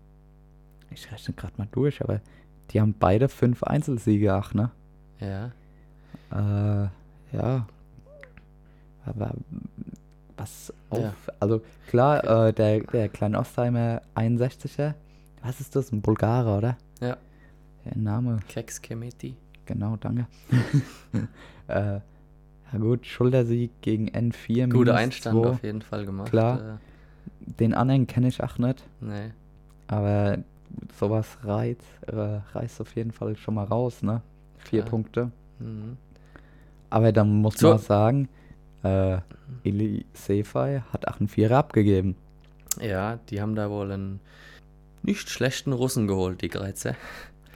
[SPEAKER 2] ich rechne gerade mal durch, aber die haben beide fünf Einzelsiege, ach, ne?
[SPEAKER 1] Ja.
[SPEAKER 2] Äh, ja. Aber was auf.
[SPEAKER 1] Ja.
[SPEAKER 2] Also klar, äh, der, der Kleinostheimer 61er. Was ist das? Ein Bulgare, oder?
[SPEAKER 1] Ja.
[SPEAKER 2] Der Name,
[SPEAKER 1] Kex Kemeti.
[SPEAKER 2] genau, danke. <laughs> äh, ja gut, Schultersieg gegen N4.
[SPEAKER 1] Guter
[SPEAKER 2] minus
[SPEAKER 1] Einstand
[SPEAKER 2] zwei.
[SPEAKER 1] auf jeden Fall gemacht.
[SPEAKER 2] Klar.
[SPEAKER 1] Äh,
[SPEAKER 2] Den anderen kenne ich auch nicht,
[SPEAKER 1] nee.
[SPEAKER 2] aber sowas reizt, äh, reißt auf jeden Fall schon mal raus, ne? Vier
[SPEAKER 1] Klar.
[SPEAKER 2] Punkte.
[SPEAKER 1] Mhm.
[SPEAKER 2] Aber dann muss
[SPEAKER 1] So.
[SPEAKER 2] man auch sagen, äh, Eli Sefai hat 8 und 4 abgegeben.
[SPEAKER 1] Ja, die haben da wohl einen nicht schlechten Russen geholt, die Greize.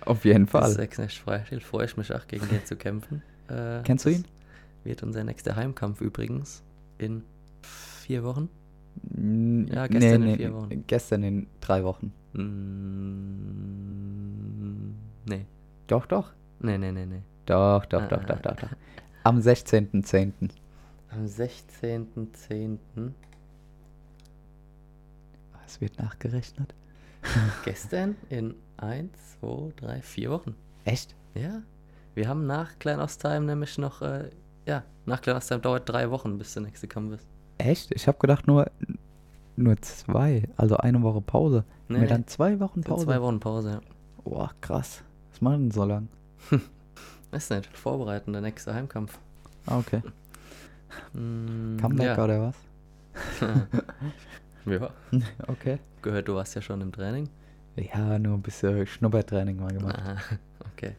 [SPEAKER 2] Auf jeden
[SPEAKER 1] Das
[SPEAKER 2] Fall.
[SPEAKER 1] Sechsnecht Freischild freue ich mich auch, gegen den zu
[SPEAKER 2] <laughs>
[SPEAKER 1] kämpfen. Äh,
[SPEAKER 2] Kennst du ihn?
[SPEAKER 1] das Wird unser nächster Heimkampf übrigens in vier Wochen.
[SPEAKER 2] N-
[SPEAKER 1] Ja, gestern in vier Wochen.
[SPEAKER 2] Gestern in drei Wochen.
[SPEAKER 1] Mm, nee.
[SPEAKER 2] Doch, doch.
[SPEAKER 1] Nee, nee, nee, nee.
[SPEAKER 2] Doch, doch, doch,
[SPEAKER 1] Ah.
[SPEAKER 2] doch, doch, doch. Am 16.10.
[SPEAKER 1] Am 16.10.
[SPEAKER 2] Es wird nachgerechnet.
[SPEAKER 1] gestern in 1, 2, 3, 4 Wochen.
[SPEAKER 2] Echt?
[SPEAKER 1] Ja. Wir haben nach Kleinostheim nämlich noch, äh, ja, nach Kleinostheim dauert drei Wochen, bis der nächste Kampf ist.
[SPEAKER 2] Echt? Ich habe gedacht nur, nur zwei, also eine Woche Pause.
[SPEAKER 1] Nee,
[SPEAKER 2] Haben wir
[SPEAKER 1] nee.
[SPEAKER 2] dann zwei Wochen
[SPEAKER 1] Sind
[SPEAKER 2] Pause.
[SPEAKER 1] Zwei Wochen Pause, ja.
[SPEAKER 2] Boah, krass. Was machen denn so lang?
[SPEAKER 1] Ist nicht. Vorbereiten, der nächste Heimkampf.
[SPEAKER 2] Ah, okay.
[SPEAKER 1] Mm,
[SPEAKER 2] Comeback
[SPEAKER 1] ja.
[SPEAKER 2] oder was?
[SPEAKER 1] <laughs> ja,
[SPEAKER 2] Okay.
[SPEAKER 1] gehört, du warst ja schon im Training.
[SPEAKER 2] Ja, nur ein bisschen Schnuppertraining mal gemacht.
[SPEAKER 1] Aha, okay.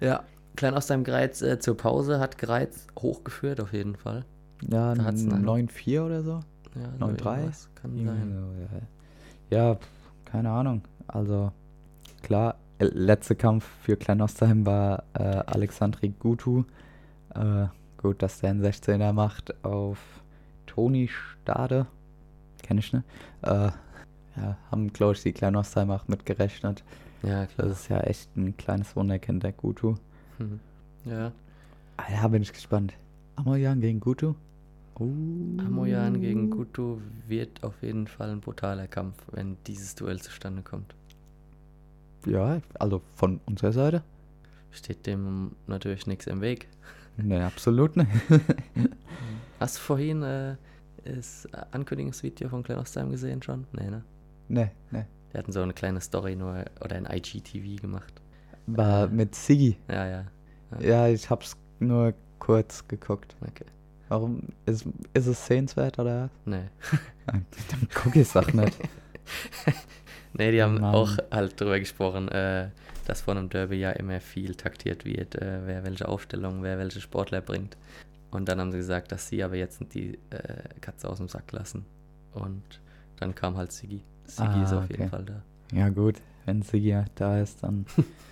[SPEAKER 1] Ja, klein aus deinem Greiz äh, zur Pause hat Greiz hochgeführt auf jeden Fall.
[SPEAKER 2] Ja,
[SPEAKER 1] Da hat's einen-
[SPEAKER 2] 9-4 oder so.
[SPEAKER 1] Ja, so
[SPEAKER 2] 9-3?
[SPEAKER 1] irgendwas Kann
[SPEAKER 2] Irgendwie
[SPEAKER 1] sein.
[SPEAKER 2] so, ja. Ja, pf, keine Ahnung. Also, klar, äh, letzter Kampf für Kleinostheim war äh, Alexandri Gutu. Äh, gut, dass der einen 16er macht auf Toni Stade. Kenne ich, ne? Äh, ja, haben, glaube ich, die Kleinostheim auch mitgerechnet.
[SPEAKER 1] Ja,
[SPEAKER 2] Das
[SPEAKER 1] klar.
[SPEAKER 2] ist ja echt ein kleines Wunderkind, der Gutu.
[SPEAKER 1] Hm. Ja,
[SPEAKER 2] Ah, da bin ich gespannt. Amoyan gegen Gutu? Uh.
[SPEAKER 1] Amoyan gegen Kutu wird auf jeden Fall ein brutaler Kampf, wenn dieses Duell zustande kommt.
[SPEAKER 2] Ja, also von unserer Seite.
[SPEAKER 1] Steht dem natürlich nichts im Weg.
[SPEAKER 2] Ne, absolut <laughs> nicht.
[SPEAKER 1] Hast du vorhin äh, das Ankündigungsvideo von Klein Ostheim gesehen schon? Nee, ne?
[SPEAKER 2] ne, ne.
[SPEAKER 1] Die hatten so eine kleine Story nur oder ein IGTV gemacht.
[SPEAKER 2] War
[SPEAKER 1] Äh.
[SPEAKER 2] mit Siggi.
[SPEAKER 1] Ja, ja.
[SPEAKER 2] Ja, ich hab's nur kurz geguckt.
[SPEAKER 1] Okay.
[SPEAKER 2] Warum? Ist, ist es sehenswert oder?
[SPEAKER 1] Nee.
[SPEAKER 2] <laughs> Dann guck ich's auch nicht.
[SPEAKER 1] Nee, die haben
[SPEAKER 2] Mann.
[SPEAKER 1] auch halt drüber gesprochen, äh, dass vor einem Derby ja immer viel taktiert wird, äh, wer welche Aufstellung, wer welche Sportler bringt. Und dann haben sie gesagt, dass sie aber jetzt die äh, Katze aus dem Sack lassen. Und dann kam halt Sigi. Sigi ist
[SPEAKER 2] Ah,
[SPEAKER 1] auf jeden
[SPEAKER 2] okay.
[SPEAKER 1] Fall da.
[SPEAKER 2] <laughs> Ja, gut. Wenn Siggi halt da ist, dann.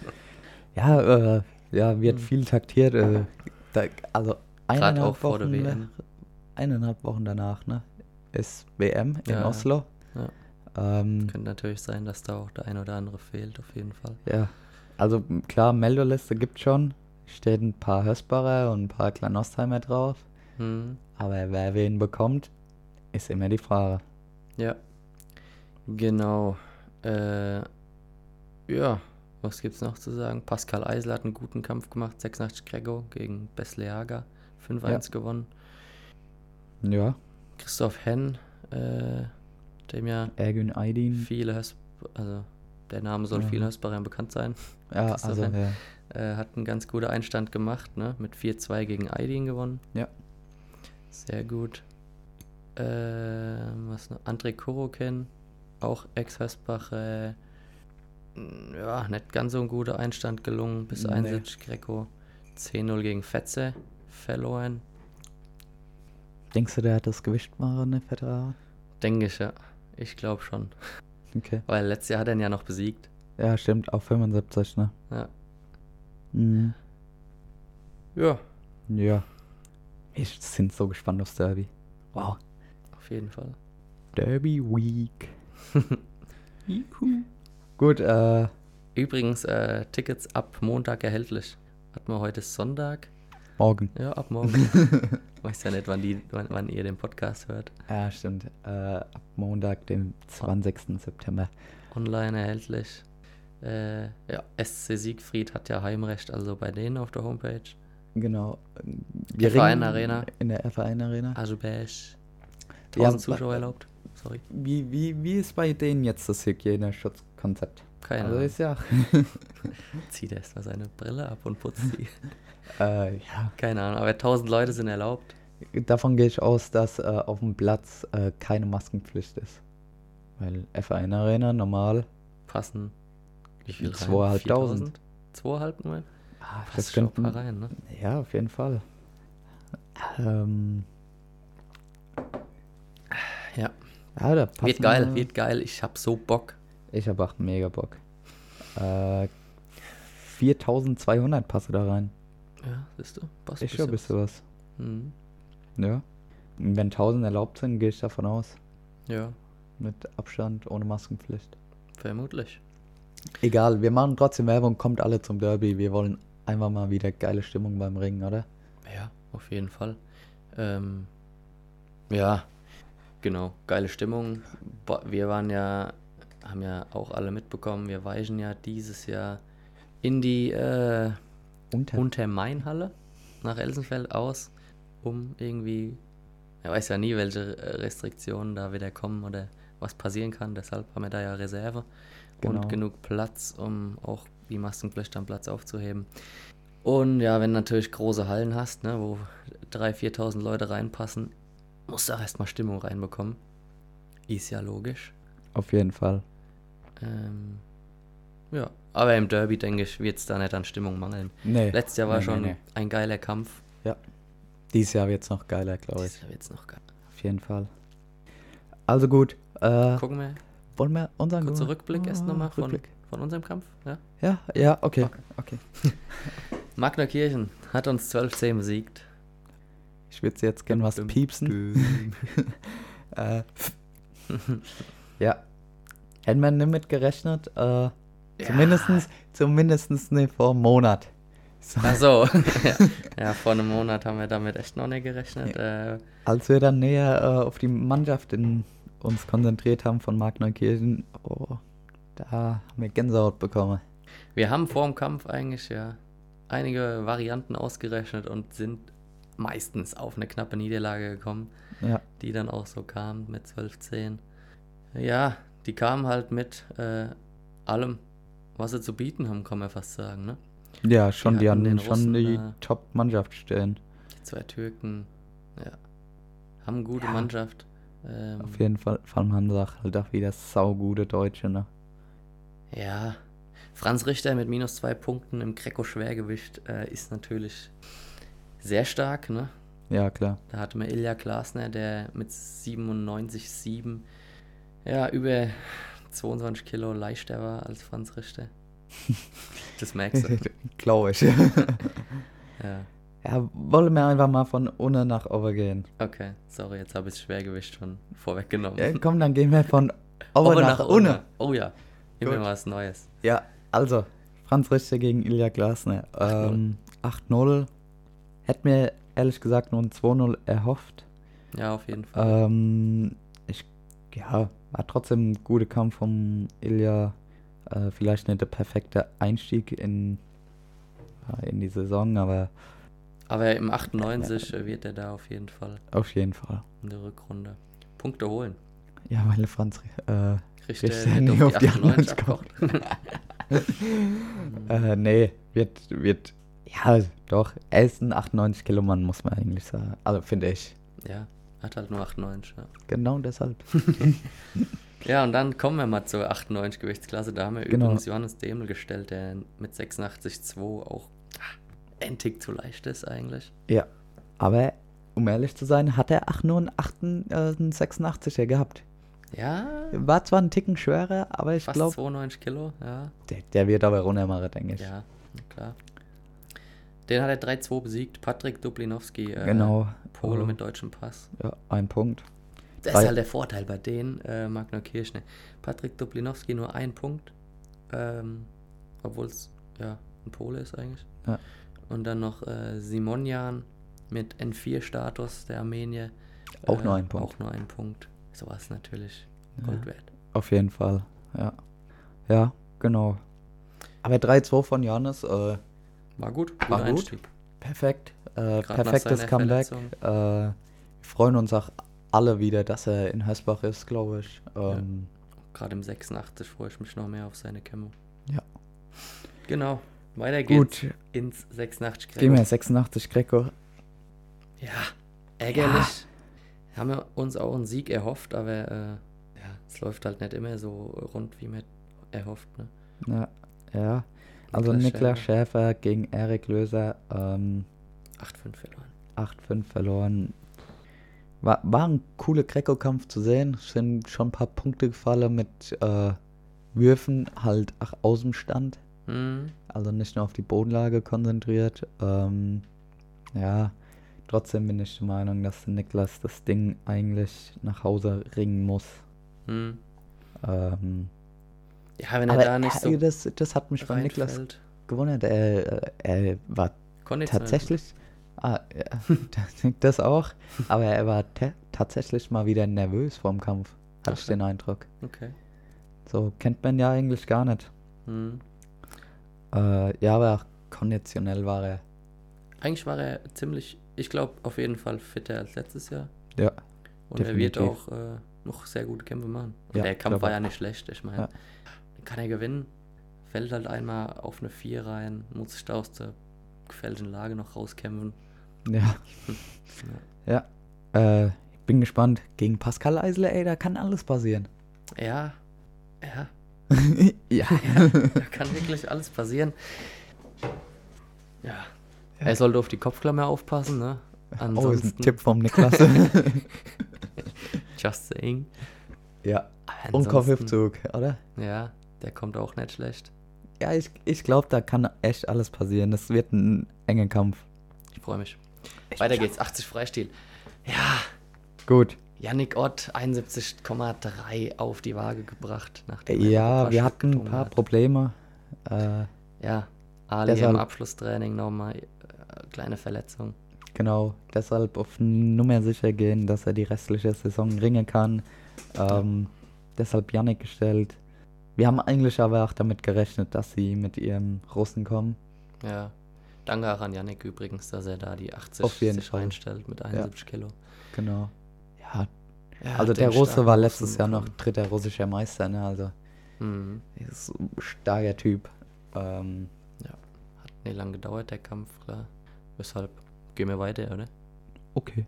[SPEAKER 2] <laughs> ja, äh, ja, wird
[SPEAKER 1] Hm.
[SPEAKER 2] viel taktiert. Äh, da, also, eineinhalb
[SPEAKER 1] Gerade auch
[SPEAKER 2] Wochen, ne?
[SPEAKER 1] vor der WM.
[SPEAKER 2] eineinhalb Wochen danach, ne? Ist WM in
[SPEAKER 1] Ja, ja.
[SPEAKER 2] Oslo.
[SPEAKER 1] Ja.
[SPEAKER 2] Ähm,
[SPEAKER 1] Könnte natürlich sein, dass da auch der ein oder andere fehlt, auf jeden Fall.
[SPEAKER 2] Ja, also m, klar, Meldeliste gibt schon. Steht ein paar Hösbacher und ein paar Kleinostheimer drauf.
[SPEAKER 1] Hm.
[SPEAKER 2] Aber wer wen bekommt, ist immer die Frage.
[SPEAKER 1] Ja. Genau. Äh, ja, was gibt's noch zu sagen? Pascal Eisler hat einen guten Kampf gemacht, 86 Grego gegen Besleaga, 5-1 gewonnen.
[SPEAKER 2] Ja,
[SPEAKER 1] Christoph Henn, äh, dem ja
[SPEAKER 2] Ergün Aydin.
[SPEAKER 1] viele Hös also der Name soll
[SPEAKER 2] Mhm. Ja.
[SPEAKER 1] vielen Hösbarern bekannt sein.
[SPEAKER 2] Ja,
[SPEAKER 1] Christoph
[SPEAKER 2] also
[SPEAKER 1] Hen.
[SPEAKER 2] ja.
[SPEAKER 1] Äh, hat einen ganz guten Einstand gemacht, ne? Mit 4-2 gegen Aydin gewonnen.
[SPEAKER 2] Ja.
[SPEAKER 1] Sehr gut. Äh, was noch? André Korokin, auch Ex-Hösbach, äh, n- ja, nicht ganz so ein guter Einstand gelungen. Bis
[SPEAKER 2] Nee.
[SPEAKER 1] Einsitz, Greco. 10-0 gegen Fetze, verloren.
[SPEAKER 2] Denkst du, der hat das Gewicht mal ne Federer?
[SPEAKER 1] Denke ich, ja. Ich glaube schon.
[SPEAKER 2] Okay.
[SPEAKER 1] Weil letztes Jahr hat er ihn ja noch besiegt.
[SPEAKER 2] Ja, stimmt, auf 75, ne?
[SPEAKER 1] Ja.
[SPEAKER 2] Mhm.
[SPEAKER 1] Ja,
[SPEAKER 2] Ja. Ich sind so gespannt aufs Derby. Wow.
[SPEAKER 1] auf jeden Fall.
[SPEAKER 2] Derby <laughs> Week. Juhu. Gut, äh,
[SPEAKER 1] Übrigens, äh, Tickets ab Montag erhältlich. Hat man heute ist Sonntag.
[SPEAKER 2] morgen.
[SPEAKER 1] Ja, ab
[SPEAKER 2] <laughs>
[SPEAKER 1] morgen. Weiß ja nicht, wann, die, wann, wann ihr den Podcast hört.
[SPEAKER 2] Ja, stimmt. Äh, ab Montag, dem 20. September.
[SPEAKER 1] Online erhältlich. Äh, ja, SC Siegfried hat ja Heimrecht, also bei denen auf der Homepage.
[SPEAKER 2] Genau.
[SPEAKER 1] Wir Verein Arena.
[SPEAKER 2] In der Verein Arena.
[SPEAKER 1] Also Bash.
[SPEAKER 2] Ja,
[SPEAKER 1] 1000 Zuschauer
[SPEAKER 2] wa-
[SPEAKER 1] erlaubt. Sorry.
[SPEAKER 2] Wie, wie, wie ist bei denen jetzt das Hygieneschutzkonzept?
[SPEAKER 1] Keine
[SPEAKER 2] also
[SPEAKER 1] Ahnung.
[SPEAKER 2] ist ja. <laughs>
[SPEAKER 1] Zieht erst mal seine Brille ab und putzt sie. <laughs>
[SPEAKER 2] äh, ja.
[SPEAKER 1] Keine Ahnung, aber 1000 Leute sind erlaubt.
[SPEAKER 2] Davon gehe ich aus, dass äh, auf dem Platz äh, keine Maskenpflicht ist. Weil F1 Arena normal.
[SPEAKER 1] Passen. Wie viel rein?
[SPEAKER 2] Zweieinhalbtausend.
[SPEAKER 1] 4000? Zweieinhalb nur?
[SPEAKER 2] Ah,
[SPEAKER 1] Passt schon ein paar rein, ne?
[SPEAKER 2] Ja, auf jeden Fall. Ähm,
[SPEAKER 1] Ja.
[SPEAKER 2] ja, da
[SPEAKER 1] Wird
[SPEAKER 2] passen,
[SPEAKER 1] geil,
[SPEAKER 2] äh,
[SPEAKER 1] wird geil. Ich hab so Bock.
[SPEAKER 2] Ich habe auch mega Bock. Äh, 4200 passe da rein.
[SPEAKER 1] Ja, siehst du? Passt
[SPEAKER 2] Ich höre bist du was.
[SPEAKER 1] was. Mhm.
[SPEAKER 2] Ja. Und wenn 1000 erlaubt sind, gehe ich davon aus.
[SPEAKER 1] Ja,
[SPEAKER 2] Mit Abstand, ohne Maskenpflicht.
[SPEAKER 1] vermutlich.
[SPEAKER 2] Egal, wir machen trotzdem Werbung, kommt alle zum Derby. Wir wollen einfach mal wieder geile Stimmung beim Ringen, oder?
[SPEAKER 1] Ja, auf jeden Fall. Ähm, ja, genau. Geile Stimmung. Ba- Wir waren ja, haben ja auch alle mitbekommen, wir weichen ja dieses Jahr in die äh,
[SPEAKER 2] Unter.
[SPEAKER 1] Untermainhalle nach Elsenfeld aus, um irgendwie, er weiß ja nie, welche äh, Restriktionen da wieder kommen oder was passieren kann. Deshalb haben wir da ja Reserve
[SPEAKER 2] Genau.
[SPEAKER 1] und genug Platz, um auch die Maskenpflicht am Platz aufzuheben. Und ja, wenn du natürlich große Hallen hast, ne, wo 3.000, 4.000 Leute reinpassen, musst du auch erstmal Stimmung reinbekommen. Ist ja logisch.
[SPEAKER 2] auf jeden Fall.
[SPEAKER 1] Ähm, ja, aber im Derby, denke ich, wird es da nicht an Stimmung mangeln.
[SPEAKER 2] Nee.
[SPEAKER 1] Letztes Jahr war
[SPEAKER 2] nee,
[SPEAKER 1] schon
[SPEAKER 2] Nee, nee.
[SPEAKER 1] ein geiler Kampf.
[SPEAKER 2] Dieses Jahr wird es noch geiler, glaube ich.
[SPEAKER 1] Dieses Jahr wird's noch geil.
[SPEAKER 2] Auf jeden Fall. Also gut, äh,
[SPEAKER 1] Gucken wir.
[SPEAKER 2] wollen wir unseren
[SPEAKER 1] Kurzer Rückblick erst nochmal von,
[SPEAKER 2] Ah, Rückblick.
[SPEAKER 1] von unserem Kampf. Ja?
[SPEAKER 2] Ja, ja, okay. okay.
[SPEAKER 1] Magna Kirchen hat uns 12-10 besiegt.
[SPEAKER 2] Ich würde jetzt gern was piepsen. <laughs> Äh, ja. Hätten wir nicht mit gerechnet. Äh, zumindestens, zumindestens nicht vor einem Monat. So,
[SPEAKER 1] Ach
[SPEAKER 2] <laughs>
[SPEAKER 1] so. ja, vor einem Monat haben wir damit echt noch nicht gerechnet. Äh,
[SPEAKER 2] als wir dann näher äh, auf die Mannschaft in uns konzentriert haben von Mark Neukirchen, oh, da haben wir Gänsehaut bekommen.
[SPEAKER 1] wir haben vor dem Kampf eigentlich ja einige Varianten ausgerechnet und sind meistens auf eine knappe Niederlage gekommen.
[SPEAKER 2] Ja,
[SPEAKER 1] die dann auch so kam mit 12, 10. Ja, die kamen halt mit äh, allem, was sie zu bieten haben, kann man fast sagen. Ne?
[SPEAKER 2] ja schon, die, äh,
[SPEAKER 1] Die hatten
[SPEAKER 2] hatten
[SPEAKER 1] den
[SPEAKER 2] schon
[SPEAKER 1] Russen
[SPEAKER 2] die
[SPEAKER 1] da.
[SPEAKER 2] Top-Mannschaft stellen.
[SPEAKER 1] Die zwei Türken, ja, haben eine gute
[SPEAKER 2] Ja.
[SPEAKER 1] Mannschaft. Ähm,
[SPEAKER 2] Auf jeden Fall, vor allem haben sie auch halt auch wieder saugute Deutsche, ne?
[SPEAKER 1] ja, Franz Richter mit minus zwei Punkten im Greco-Schwergewicht äh, ist natürlich sehr stark. Ne?
[SPEAKER 2] Ja, klar.
[SPEAKER 1] Da hatte man Ilja Glasner, der mit 97,7 ja, über 22 Kilo leichter war als Franz
[SPEAKER 2] <laughs>
[SPEAKER 1] Richter. Das merkst du.
[SPEAKER 2] Glaube ich. <laughs>
[SPEAKER 1] Ja.
[SPEAKER 2] Ja, wollen wir einfach mal von unten nach oben gehen.
[SPEAKER 1] Okay, sorry, jetzt habe ich das Schwergewicht schon vorweggenommen.
[SPEAKER 2] Ja, komm, dann gehen wir von
[SPEAKER 1] Ober
[SPEAKER 2] oben Äh, nach unten.
[SPEAKER 1] unten. Oh ja, immer
[SPEAKER 2] Gut.
[SPEAKER 1] was Neues.
[SPEAKER 2] Ja, also, Franz Richter gegen Ilja Glasner. Ähm, 8-0. Hätte mir ehrlich gesagt nur ein 2-0 erhofft.
[SPEAKER 1] Ja, auf jeden Fall.
[SPEAKER 2] Ähm, ich, ja, war trotzdem ein guter Kampf vom Ilja. Äh, vielleicht nicht der perfekte Einstieg in, ja, in die Saison, aber
[SPEAKER 1] Aber im 98 wird er da auf jeden Fall
[SPEAKER 2] auf jeden Fall.
[SPEAKER 1] in der Rückrunde Punkte holen.
[SPEAKER 2] Ja, weil Franz Richter. Äh,
[SPEAKER 1] Richter
[SPEAKER 2] Richter
[SPEAKER 1] hätte
[SPEAKER 2] nie
[SPEAKER 1] auf
[SPEAKER 2] auf
[SPEAKER 1] die
[SPEAKER 2] die
[SPEAKER 1] 98
[SPEAKER 2] 98
[SPEAKER 1] abkocht.
[SPEAKER 2] <laughs> äh, nee, wird, wird, ja, doch. Er ist ein 98 Kilo Mann, muss man eigentlich sagen. Also, finde ich.
[SPEAKER 1] Ja, hat halt nur 98. Ja. <laughs>
[SPEAKER 2] Genau deshalb.
[SPEAKER 1] ja, und dann kommen wir mal zur 98 Gewichtsklasse. Da haben wir
[SPEAKER 2] Genau.
[SPEAKER 1] übrigens Johannes Demel gestellt, der mit 86,2 auch ah, ein Tick zu leicht ist eigentlich.
[SPEAKER 2] ja. Aber, um ehrlich zu sein, hat er ach, nur einen, 8, äh, einen 86er gehabt.
[SPEAKER 1] Ja,
[SPEAKER 2] War zwar ein Ticken schwerer, aber ich
[SPEAKER 1] fast
[SPEAKER 2] glaube,
[SPEAKER 1] 92 Kilo, ja.
[SPEAKER 2] der, der wird aber runtermachen, denke ich.
[SPEAKER 1] Ja, na klar. Den hat er 3-2 besiegt. Patrick Dublinowski, äh,
[SPEAKER 2] Genau.
[SPEAKER 1] Pole
[SPEAKER 2] Oh.
[SPEAKER 1] mit deutschem Pass.
[SPEAKER 2] Ja, ein Punkt.
[SPEAKER 1] Das
[SPEAKER 2] Weil-
[SPEAKER 1] ist halt der Vorteil bei denen, äh, Magna Kirchner. Patrick Dublinowski nur ein Punkt, ähm, obwohl es ja ein Pole ist eigentlich.
[SPEAKER 2] Ja.
[SPEAKER 1] Und dann noch äh, Simonjan mit N4-Status der Armenier. Äh,
[SPEAKER 2] Auch nur ein Punkt.
[SPEAKER 1] Auch nur ein Punkt. Sowas natürlich.
[SPEAKER 2] Ja.
[SPEAKER 1] Gold wert.
[SPEAKER 2] Auf jeden Fall, ja. Ja, genau. Aber 3-2 von Janis, äh,
[SPEAKER 1] War gut. guter
[SPEAKER 2] War gut.
[SPEAKER 1] Einstieg.
[SPEAKER 2] perfekt. Äh,
[SPEAKER 1] Gerade nach
[SPEAKER 2] perfektes
[SPEAKER 1] seiner
[SPEAKER 2] Comeback.
[SPEAKER 1] Verletzung.
[SPEAKER 2] Äh, wir freuen uns auch alle wieder, dass er in Hösbach ist, glaube ich. Ähm,
[SPEAKER 1] Gerade im 86 freue ich mich noch mehr auf seine Kämme.
[SPEAKER 2] Ja.
[SPEAKER 1] Genau. Weiter geht's
[SPEAKER 2] Gut,
[SPEAKER 1] ins 86
[SPEAKER 2] gehen
[SPEAKER 1] Greco.
[SPEAKER 2] wir 86 Greco.
[SPEAKER 1] Ja, ärgerlich. Haben wir uns auch einen Sieg erhofft, aber äh, ja, es läuft halt nicht immer so rund, wie man erhofft. Ne?
[SPEAKER 2] Ja, ja. Also
[SPEAKER 1] Niklas
[SPEAKER 2] Niklas Schäfer gegen Erik Löser, ähm,
[SPEAKER 1] 8-5 verloren.
[SPEAKER 2] 8-5 verloren. War, war ein cooler Greco-Kampf zu sehen. Es sind schon ein paar Punkte gefallen mit äh, Würfen, halt ach, aus dem Stand.
[SPEAKER 1] Hm,
[SPEAKER 2] Also nicht nur auf die Bodenlage konzentriert. Ähm, ja, trotzdem bin ich der Meinung, dass der Niklas das Ding eigentlich nach Hause ringen muss.
[SPEAKER 1] hm.
[SPEAKER 2] Ähm,
[SPEAKER 1] Ja, wenn er
[SPEAKER 2] aber
[SPEAKER 1] da nicht so
[SPEAKER 2] äh, das, das hat mich bei Niklas
[SPEAKER 1] reinfällt,
[SPEAKER 2] gewundert. Er, äh, er war
[SPEAKER 1] konditionell.
[SPEAKER 2] tatsächlich. Ah, ja, <laughs> das- das auch. Aber er war ta- tatsächlich mal wieder nervös vorm Kampf, hatte
[SPEAKER 1] Ach
[SPEAKER 2] ich
[SPEAKER 1] so.
[SPEAKER 2] den Eindruck.
[SPEAKER 1] Okay.
[SPEAKER 2] So kennt man ja eigentlich gar nicht.
[SPEAKER 1] Hm.
[SPEAKER 2] Äh, ja, aber auch konditionell war er.
[SPEAKER 1] Eigentlich war er ziemlich, ich glaube, auf jeden Fall fitter als letztes Jahr.
[SPEAKER 2] Ja,
[SPEAKER 1] Und
[SPEAKER 2] Definitiv.
[SPEAKER 1] er wird auch äh, noch sehr gute Kämpfe machen. Und
[SPEAKER 2] Ja,
[SPEAKER 1] der Kampf
[SPEAKER 2] glaub
[SPEAKER 1] war
[SPEAKER 2] auch.
[SPEAKER 1] ja nicht schlecht. Ich meine,
[SPEAKER 2] Ja.
[SPEAKER 1] kann er gewinnen, fällt halt einmal auf eine 4 rein, muss sich da aus der gefällten Lage noch rauskämpfen.
[SPEAKER 2] ja. <laughs> Ja. Äh, ich bin gespannt. Gegen Pascal Eisler, ey, da kann alles passieren.
[SPEAKER 1] Ja, ja,
[SPEAKER 2] <laughs> ja. oh,
[SPEAKER 1] da kann <laughs> wirklich alles passieren. Ja. Er sollte auf die Kopfklammer aufpassen, ne?
[SPEAKER 2] Oh, ist ein
[SPEAKER 1] Ansonsten,
[SPEAKER 2] Tipp vom Niklas.
[SPEAKER 1] just saying.
[SPEAKER 2] <laughs> ja.
[SPEAKER 1] Aber
[SPEAKER 2] Und
[SPEAKER 1] ansonsten,
[SPEAKER 2] Kopfhüpfzug, oder?
[SPEAKER 1] Ja, der kommt auch nicht schlecht.
[SPEAKER 2] Ja, ich, ich glaube, da kann echt alles passieren. Das wird ein enger Kampf.
[SPEAKER 1] Ich freue mich. Weiter geht's, 80 Freistil. Ja,
[SPEAKER 2] Gut.
[SPEAKER 1] Yannick Ott 71,3 auf die Waage gebracht. Nachdem er noch ein
[SPEAKER 2] Ja,
[SPEAKER 1] paar
[SPEAKER 2] wir
[SPEAKER 1] Schluck
[SPEAKER 2] hatten ein
[SPEAKER 1] getrunken
[SPEAKER 2] paar
[SPEAKER 1] hat.
[SPEAKER 2] Probleme. Äh,
[SPEAKER 1] Ja, Ali
[SPEAKER 2] Deshalb-
[SPEAKER 1] im Abschlusstraining nochmal äh, kleine Verletzung.
[SPEAKER 2] genau, deshalb auf Nummer sicher gehen, dass er die restliche Saison ringen kann. Ähm, deshalb Yannick gestellt. Wir haben eigentlich aber auch damit gerechnet, dass sie mit ihrem Russen kommen.
[SPEAKER 1] Ja. Danke auch an Yannick übrigens, dass er da die 80
[SPEAKER 2] Auf jeden
[SPEAKER 1] sich
[SPEAKER 2] Fall.
[SPEAKER 1] reinstellt mit 71 Kilo.
[SPEAKER 2] Genau. Ja,
[SPEAKER 1] Ja,
[SPEAKER 2] also
[SPEAKER 1] hat
[SPEAKER 2] der
[SPEAKER 1] den
[SPEAKER 2] Russe
[SPEAKER 1] starken
[SPEAKER 2] war
[SPEAKER 1] Russen
[SPEAKER 2] letztes Jahr noch
[SPEAKER 1] bekommen.
[SPEAKER 2] dritter russischer Meister, ne? Also
[SPEAKER 1] Mhm.
[SPEAKER 2] er ist ein starker Typ. Ähm,
[SPEAKER 1] Hat nicht lange gedauert, der Kampf, klar. Weshalb gehen wir weiter, oder?
[SPEAKER 2] okay.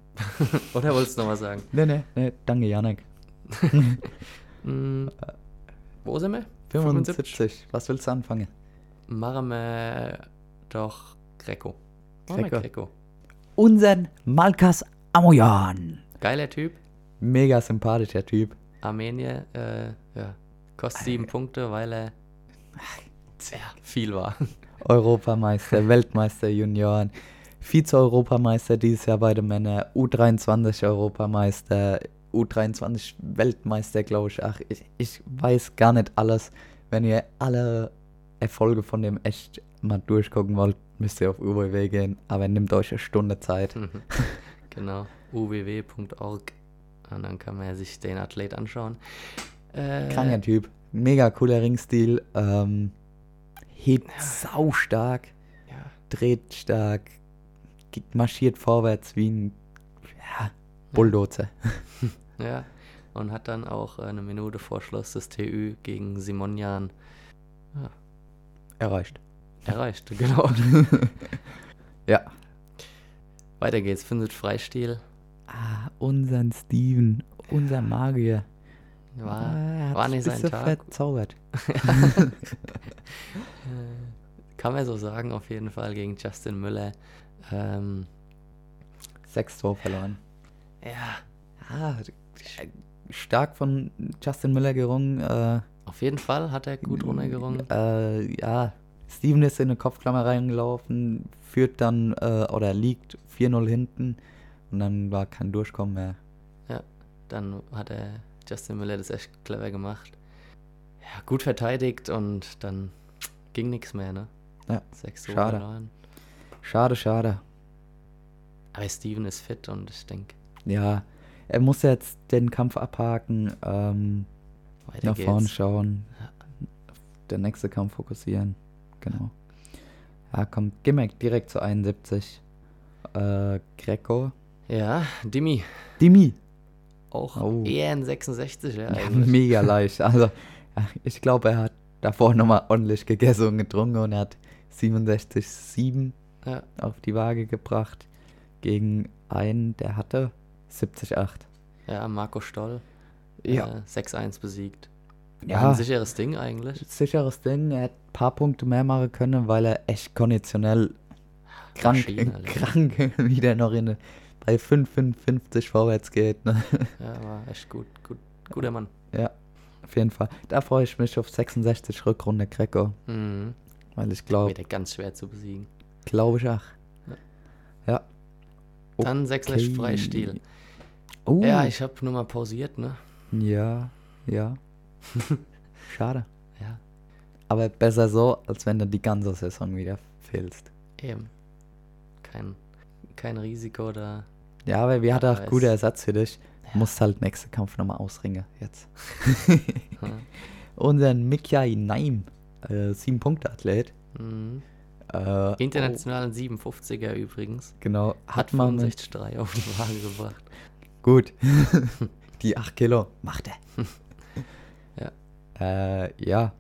[SPEAKER 1] Oder wolltest du noch was sagen?
[SPEAKER 2] Nee, nee, nee, danke Yannick. Äh.
[SPEAKER 1] Mhm. Wo sind wir?
[SPEAKER 2] 75. Was willst du anfangen?
[SPEAKER 1] Machen wir doch Greco. Machen wir
[SPEAKER 2] Greco.
[SPEAKER 1] Greco.
[SPEAKER 2] Unseren Malkas Amoyan.
[SPEAKER 1] Geiler Typ.
[SPEAKER 2] Mega sympathischer Typ.
[SPEAKER 1] Armenier, äh, ja, kostet sieben Punkte, weil <laughs> er sehr viel war. <laughs>
[SPEAKER 2] Europameister, Weltmeister Junioren, Vize-Europameister dieses Jahr bei den Männern, U23-Europameister, U23-Weltmeister, glaube ich. Ach, ich, ich weiß gar nicht alles. Wenn ihr alle Erfolge von dem echt mal durchgucken wollt, müsst ihr auf UWW gehen. Aber nehmt euch eine Stunde Zeit.
[SPEAKER 1] genau, uww.org. Und dann kann man sich den Athlet anschauen. Äh,
[SPEAKER 2] Kranker Typ. Mega cooler Ringstil. Ähm, hebt sau stark,
[SPEAKER 1] Ja,
[SPEAKER 2] dreht stark, ge- marschiert vorwärts wie ein ja, Bulldozer.
[SPEAKER 1] ja. Und hat dann auch eine Minute vor Schluss des TÜ gegen Simonjan ja,
[SPEAKER 2] Erreicht.
[SPEAKER 1] Erreicht, <laughs> genau.
[SPEAKER 2] <laughs> Ja.
[SPEAKER 1] Weiter geht's. Findet Freistil.
[SPEAKER 2] Ah, unseren Steven, unser Magier.
[SPEAKER 1] War,
[SPEAKER 2] Ah, er
[SPEAKER 1] war
[SPEAKER 2] hat's
[SPEAKER 1] nicht
[SPEAKER 2] ein
[SPEAKER 1] sein
[SPEAKER 2] bisschen
[SPEAKER 1] Tag.
[SPEAKER 2] verzaubert.
[SPEAKER 1] kann man so sagen, auf jeden Fall gegen Justin Müller. Ähm,
[SPEAKER 2] Sechs Tore verloren.
[SPEAKER 1] ja,
[SPEAKER 2] Ah, stark von Justin Miller gerungen. Äh,
[SPEAKER 1] auf jeden Fall hat er gut
[SPEAKER 2] Hm,
[SPEAKER 1] runtergerungen.
[SPEAKER 2] Äh, ja, Steven ist in eine Kopfklammer reingelaufen, führt dann äh, oder liegt 4-0 hinten und dann war kein Durchkommen mehr.
[SPEAKER 1] Ja, dann hat er Justin Müller das echt clever gemacht. Ja, gut verteidigt und dann ging nichts mehr, ne?
[SPEAKER 2] Ja,
[SPEAKER 1] Sechs Tore
[SPEAKER 2] schade.
[SPEAKER 1] verloren.
[SPEAKER 2] Schade, schade.
[SPEAKER 1] Aber Steven ist fit und ich denke,
[SPEAKER 2] Ja, er muss jetzt den Kampf abhaken, ähm,
[SPEAKER 1] weiter
[SPEAKER 2] nach
[SPEAKER 1] geht's.
[SPEAKER 2] vorne schauen, auf den nächsten Kampf fokussieren. Genau. Ja, kommt Gimmick direkt zu 71. Äh, Greco.
[SPEAKER 1] Ja, Dimi,
[SPEAKER 2] Dimi.
[SPEAKER 1] auch
[SPEAKER 2] Oh.
[SPEAKER 1] eher ein 66, ja.
[SPEAKER 2] Ja, <laughs>
[SPEAKER 1] eigentlich. <laughs>
[SPEAKER 2] mega leicht. Also, ja, ich glaube, er hat davor nochmal ordentlich gegessen und getrunken und hat 67,7
[SPEAKER 1] Ja,
[SPEAKER 2] auf die Waage gebracht gegen einen, der hatte 70,8.
[SPEAKER 1] ja, Marco Stoll.
[SPEAKER 2] Ja.
[SPEAKER 1] Äh, 6-1 besiegt. War
[SPEAKER 2] Ja,
[SPEAKER 1] Ein sicheres Ding eigentlich.
[SPEAKER 2] sicheres Ding. Er hat ein paar Punkte mehr machen können, weil er echt konditionell krank,
[SPEAKER 1] Maschine, Alter.
[SPEAKER 2] krank <laughs> wieder noch in bei 5,55 vorwärts geht. Ne? <laughs>
[SPEAKER 1] Ja, war echt gut, gut, guter Mann.
[SPEAKER 2] Ja, auf jeden Fall. Da freue ich mich auf 66 Rückrunde Greco,
[SPEAKER 1] Mhm.
[SPEAKER 2] weil ich glaube,
[SPEAKER 1] Wieder ganz schwer zu besiegen.
[SPEAKER 2] Glaube ich auch. Ja.
[SPEAKER 1] Dann 66 Freistil.
[SPEAKER 2] Oh.
[SPEAKER 1] Ja, ich habe nur mal pausiert, ne?
[SPEAKER 2] ja,
[SPEAKER 1] <laughs>
[SPEAKER 2] ja. Schade.
[SPEAKER 1] Ja,
[SPEAKER 2] Aber besser so, als wenn du die ganze Saison wieder fehlst.
[SPEAKER 1] eben. Kein, kein Risiko da.
[SPEAKER 2] Ja, aber wir hatten auch
[SPEAKER 1] weiß.
[SPEAKER 2] gute Ersatz für dich. Musst halt nächsten Kampf nochmal ausringen jetzt. <laughs>
[SPEAKER 1] Ja.
[SPEAKER 2] Unseren Mikyai Naim, äh, 7-Punkte-Athlet.
[SPEAKER 1] Mhm.
[SPEAKER 2] Äh,
[SPEAKER 1] Internationalen 57er übrigens.
[SPEAKER 2] Oh, genau,
[SPEAKER 1] Hat
[SPEAKER 2] hat man. mit-
[SPEAKER 1] 65 auf die Waage gebracht.
[SPEAKER 2] Gut. <laughs> die 8 Kilo macht er. ja. Äh, ja.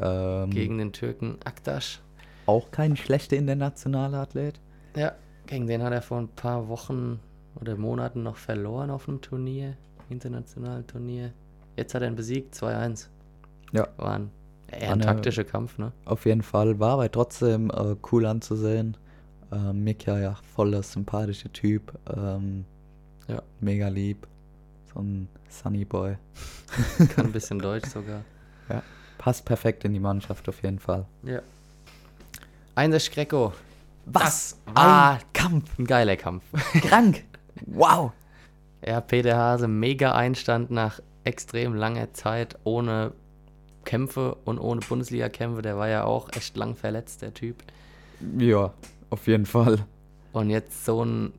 [SPEAKER 2] Ähm,
[SPEAKER 1] Gegen den Türken Aktaş.
[SPEAKER 2] auch kein schlechter internationaler Athlet.
[SPEAKER 1] Ja, gegen den hat er vor ein paar Wochen oder Monaten noch verloren auf einem Turnier, internationalen Turnier. Jetzt hat er ihn besiegt, 2-1.
[SPEAKER 2] Ja.
[SPEAKER 1] War ein, eher
[SPEAKER 2] War
[SPEAKER 1] ein
[SPEAKER 2] eine-
[SPEAKER 1] taktischer Kampf, ne?
[SPEAKER 2] Auf jeden Fall war aber trotzdem äh, cool anzusehen. Äh, Mika, ja, voller sympathischer Typ. Ähm,
[SPEAKER 1] Ja.
[SPEAKER 2] Mega lieb. So ein Sunny Boy.
[SPEAKER 1] Kann ein
[SPEAKER 2] <laughs>
[SPEAKER 1] bisschen Deutsch sogar.
[SPEAKER 2] Passt perfekt in die Mannschaft auf jeden Fall.
[SPEAKER 1] Ja. Einsatz Greco.
[SPEAKER 2] Was?
[SPEAKER 1] Ah,
[SPEAKER 2] Kampf!
[SPEAKER 1] Ein geiler Kampf.
[SPEAKER 2] Krank! <laughs> Wow!
[SPEAKER 1] Ja, Peter Hase, mega Einstand nach extrem langer Zeit ohne Kämpfe und ohne Bundesliga-Kämpfe. Der war ja auch echt lang verletzt, der Typ.
[SPEAKER 2] Ja, auf jeden Fall.
[SPEAKER 1] Und jetzt so, ein,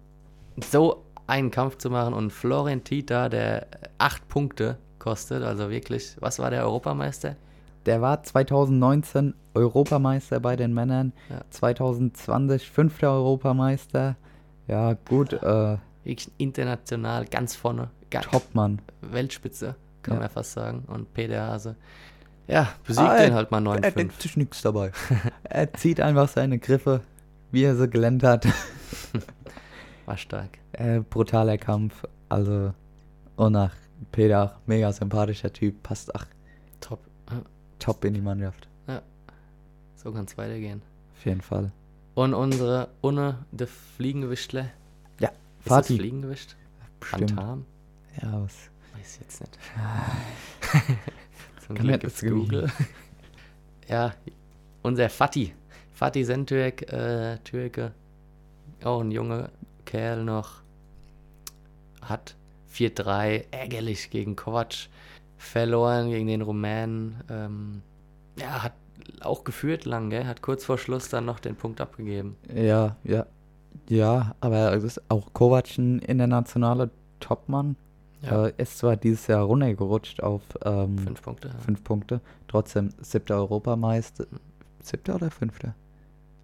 [SPEAKER 1] so einen Kampf zu machen und Florian Tita, der acht Punkte kostet, also wirklich, was war der Europameister?
[SPEAKER 2] Der war 2019 Europameister bei den Männern.
[SPEAKER 1] Ja.
[SPEAKER 2] 2020 fünfter Europameister. Ja, gut, äh,
[SPEAKER 1] Wirklich international, ganz vorne, ga-
[SPEAKER 2] Topmann.
[SPEAKER 1] Weltspitze, kann
[SPEAKER 2] Ja.
[SPEAKER 1] man fast sagen. Und Peter Hase, ja, besiegt
[SPEAKER 2] Ah,
[SPEAKER 1] den halt mal 9-5.
[SPEAKER 2] Er denkt sich nichts dabei. <laughs> er zieht einfach seine Griffe, wie er sie gelernt hat.
[SPEAKER 1] War stark.
[SPEAKER 2] Äh, brutaler Kampf. Also, und nach Peter, mega sympathischer Typ, passt ach,
[SPEAKER 1] Top.
[SPEAKER 2] top in die Mannschaft.
[SPEAKER 1] So kann es weitergehen.
[SPEAKER 2] Auf jeden Fall.
[SPEAKER 1] Und unsere Unne, der Fliegenwischler.
[SPEAKER 2] Ja,
[SPEAKER 1] Ist das
[SPEAKER 2] Fatih.
[SPEAKER 1] Fliegengewicht?
[SPEAKER 2] Bestimmt.
[SPEAKER 1] Phantom?
[SPEAKER 2] Ja, was?
[SPEAKER 1] Weiß jetzt nicht. <laughs> Zum
[SPEAKER 2] Ah. Kann
[SPEAKER 1] Glück
[SPEAKER 2] man
[SPEAKER 1] gibt's
[SPEAKER 2] das googeln?
[SPEAKER 1] Google. ja, unser Fatih. Fatih Sentürk, äh, Türke. Auch ein junger Kerl noch. Hat 4-3 ärgerlich gegen Kovac verloren, gegen den Rumänen. Ähm, ja, hat auch geführt lang, gell? Hat kurz vor Schluss dann noch den Punkt abgegeben.
[SPEAKER 2] Ja, ja. Ja, aber es ist auch Kovac ein internationaler Topmann.
[SPEAKER 1] Ja.
[SPEAKER 2] Äh, ist zwar dieses Jahr runtergerutscht auf ähm, fünf.
[SPEAKER 1] Fünf Punkte. ja.
[SPEAKER 2] Punkte, trotzdem siebter Europameister. Siebter oder fünfter?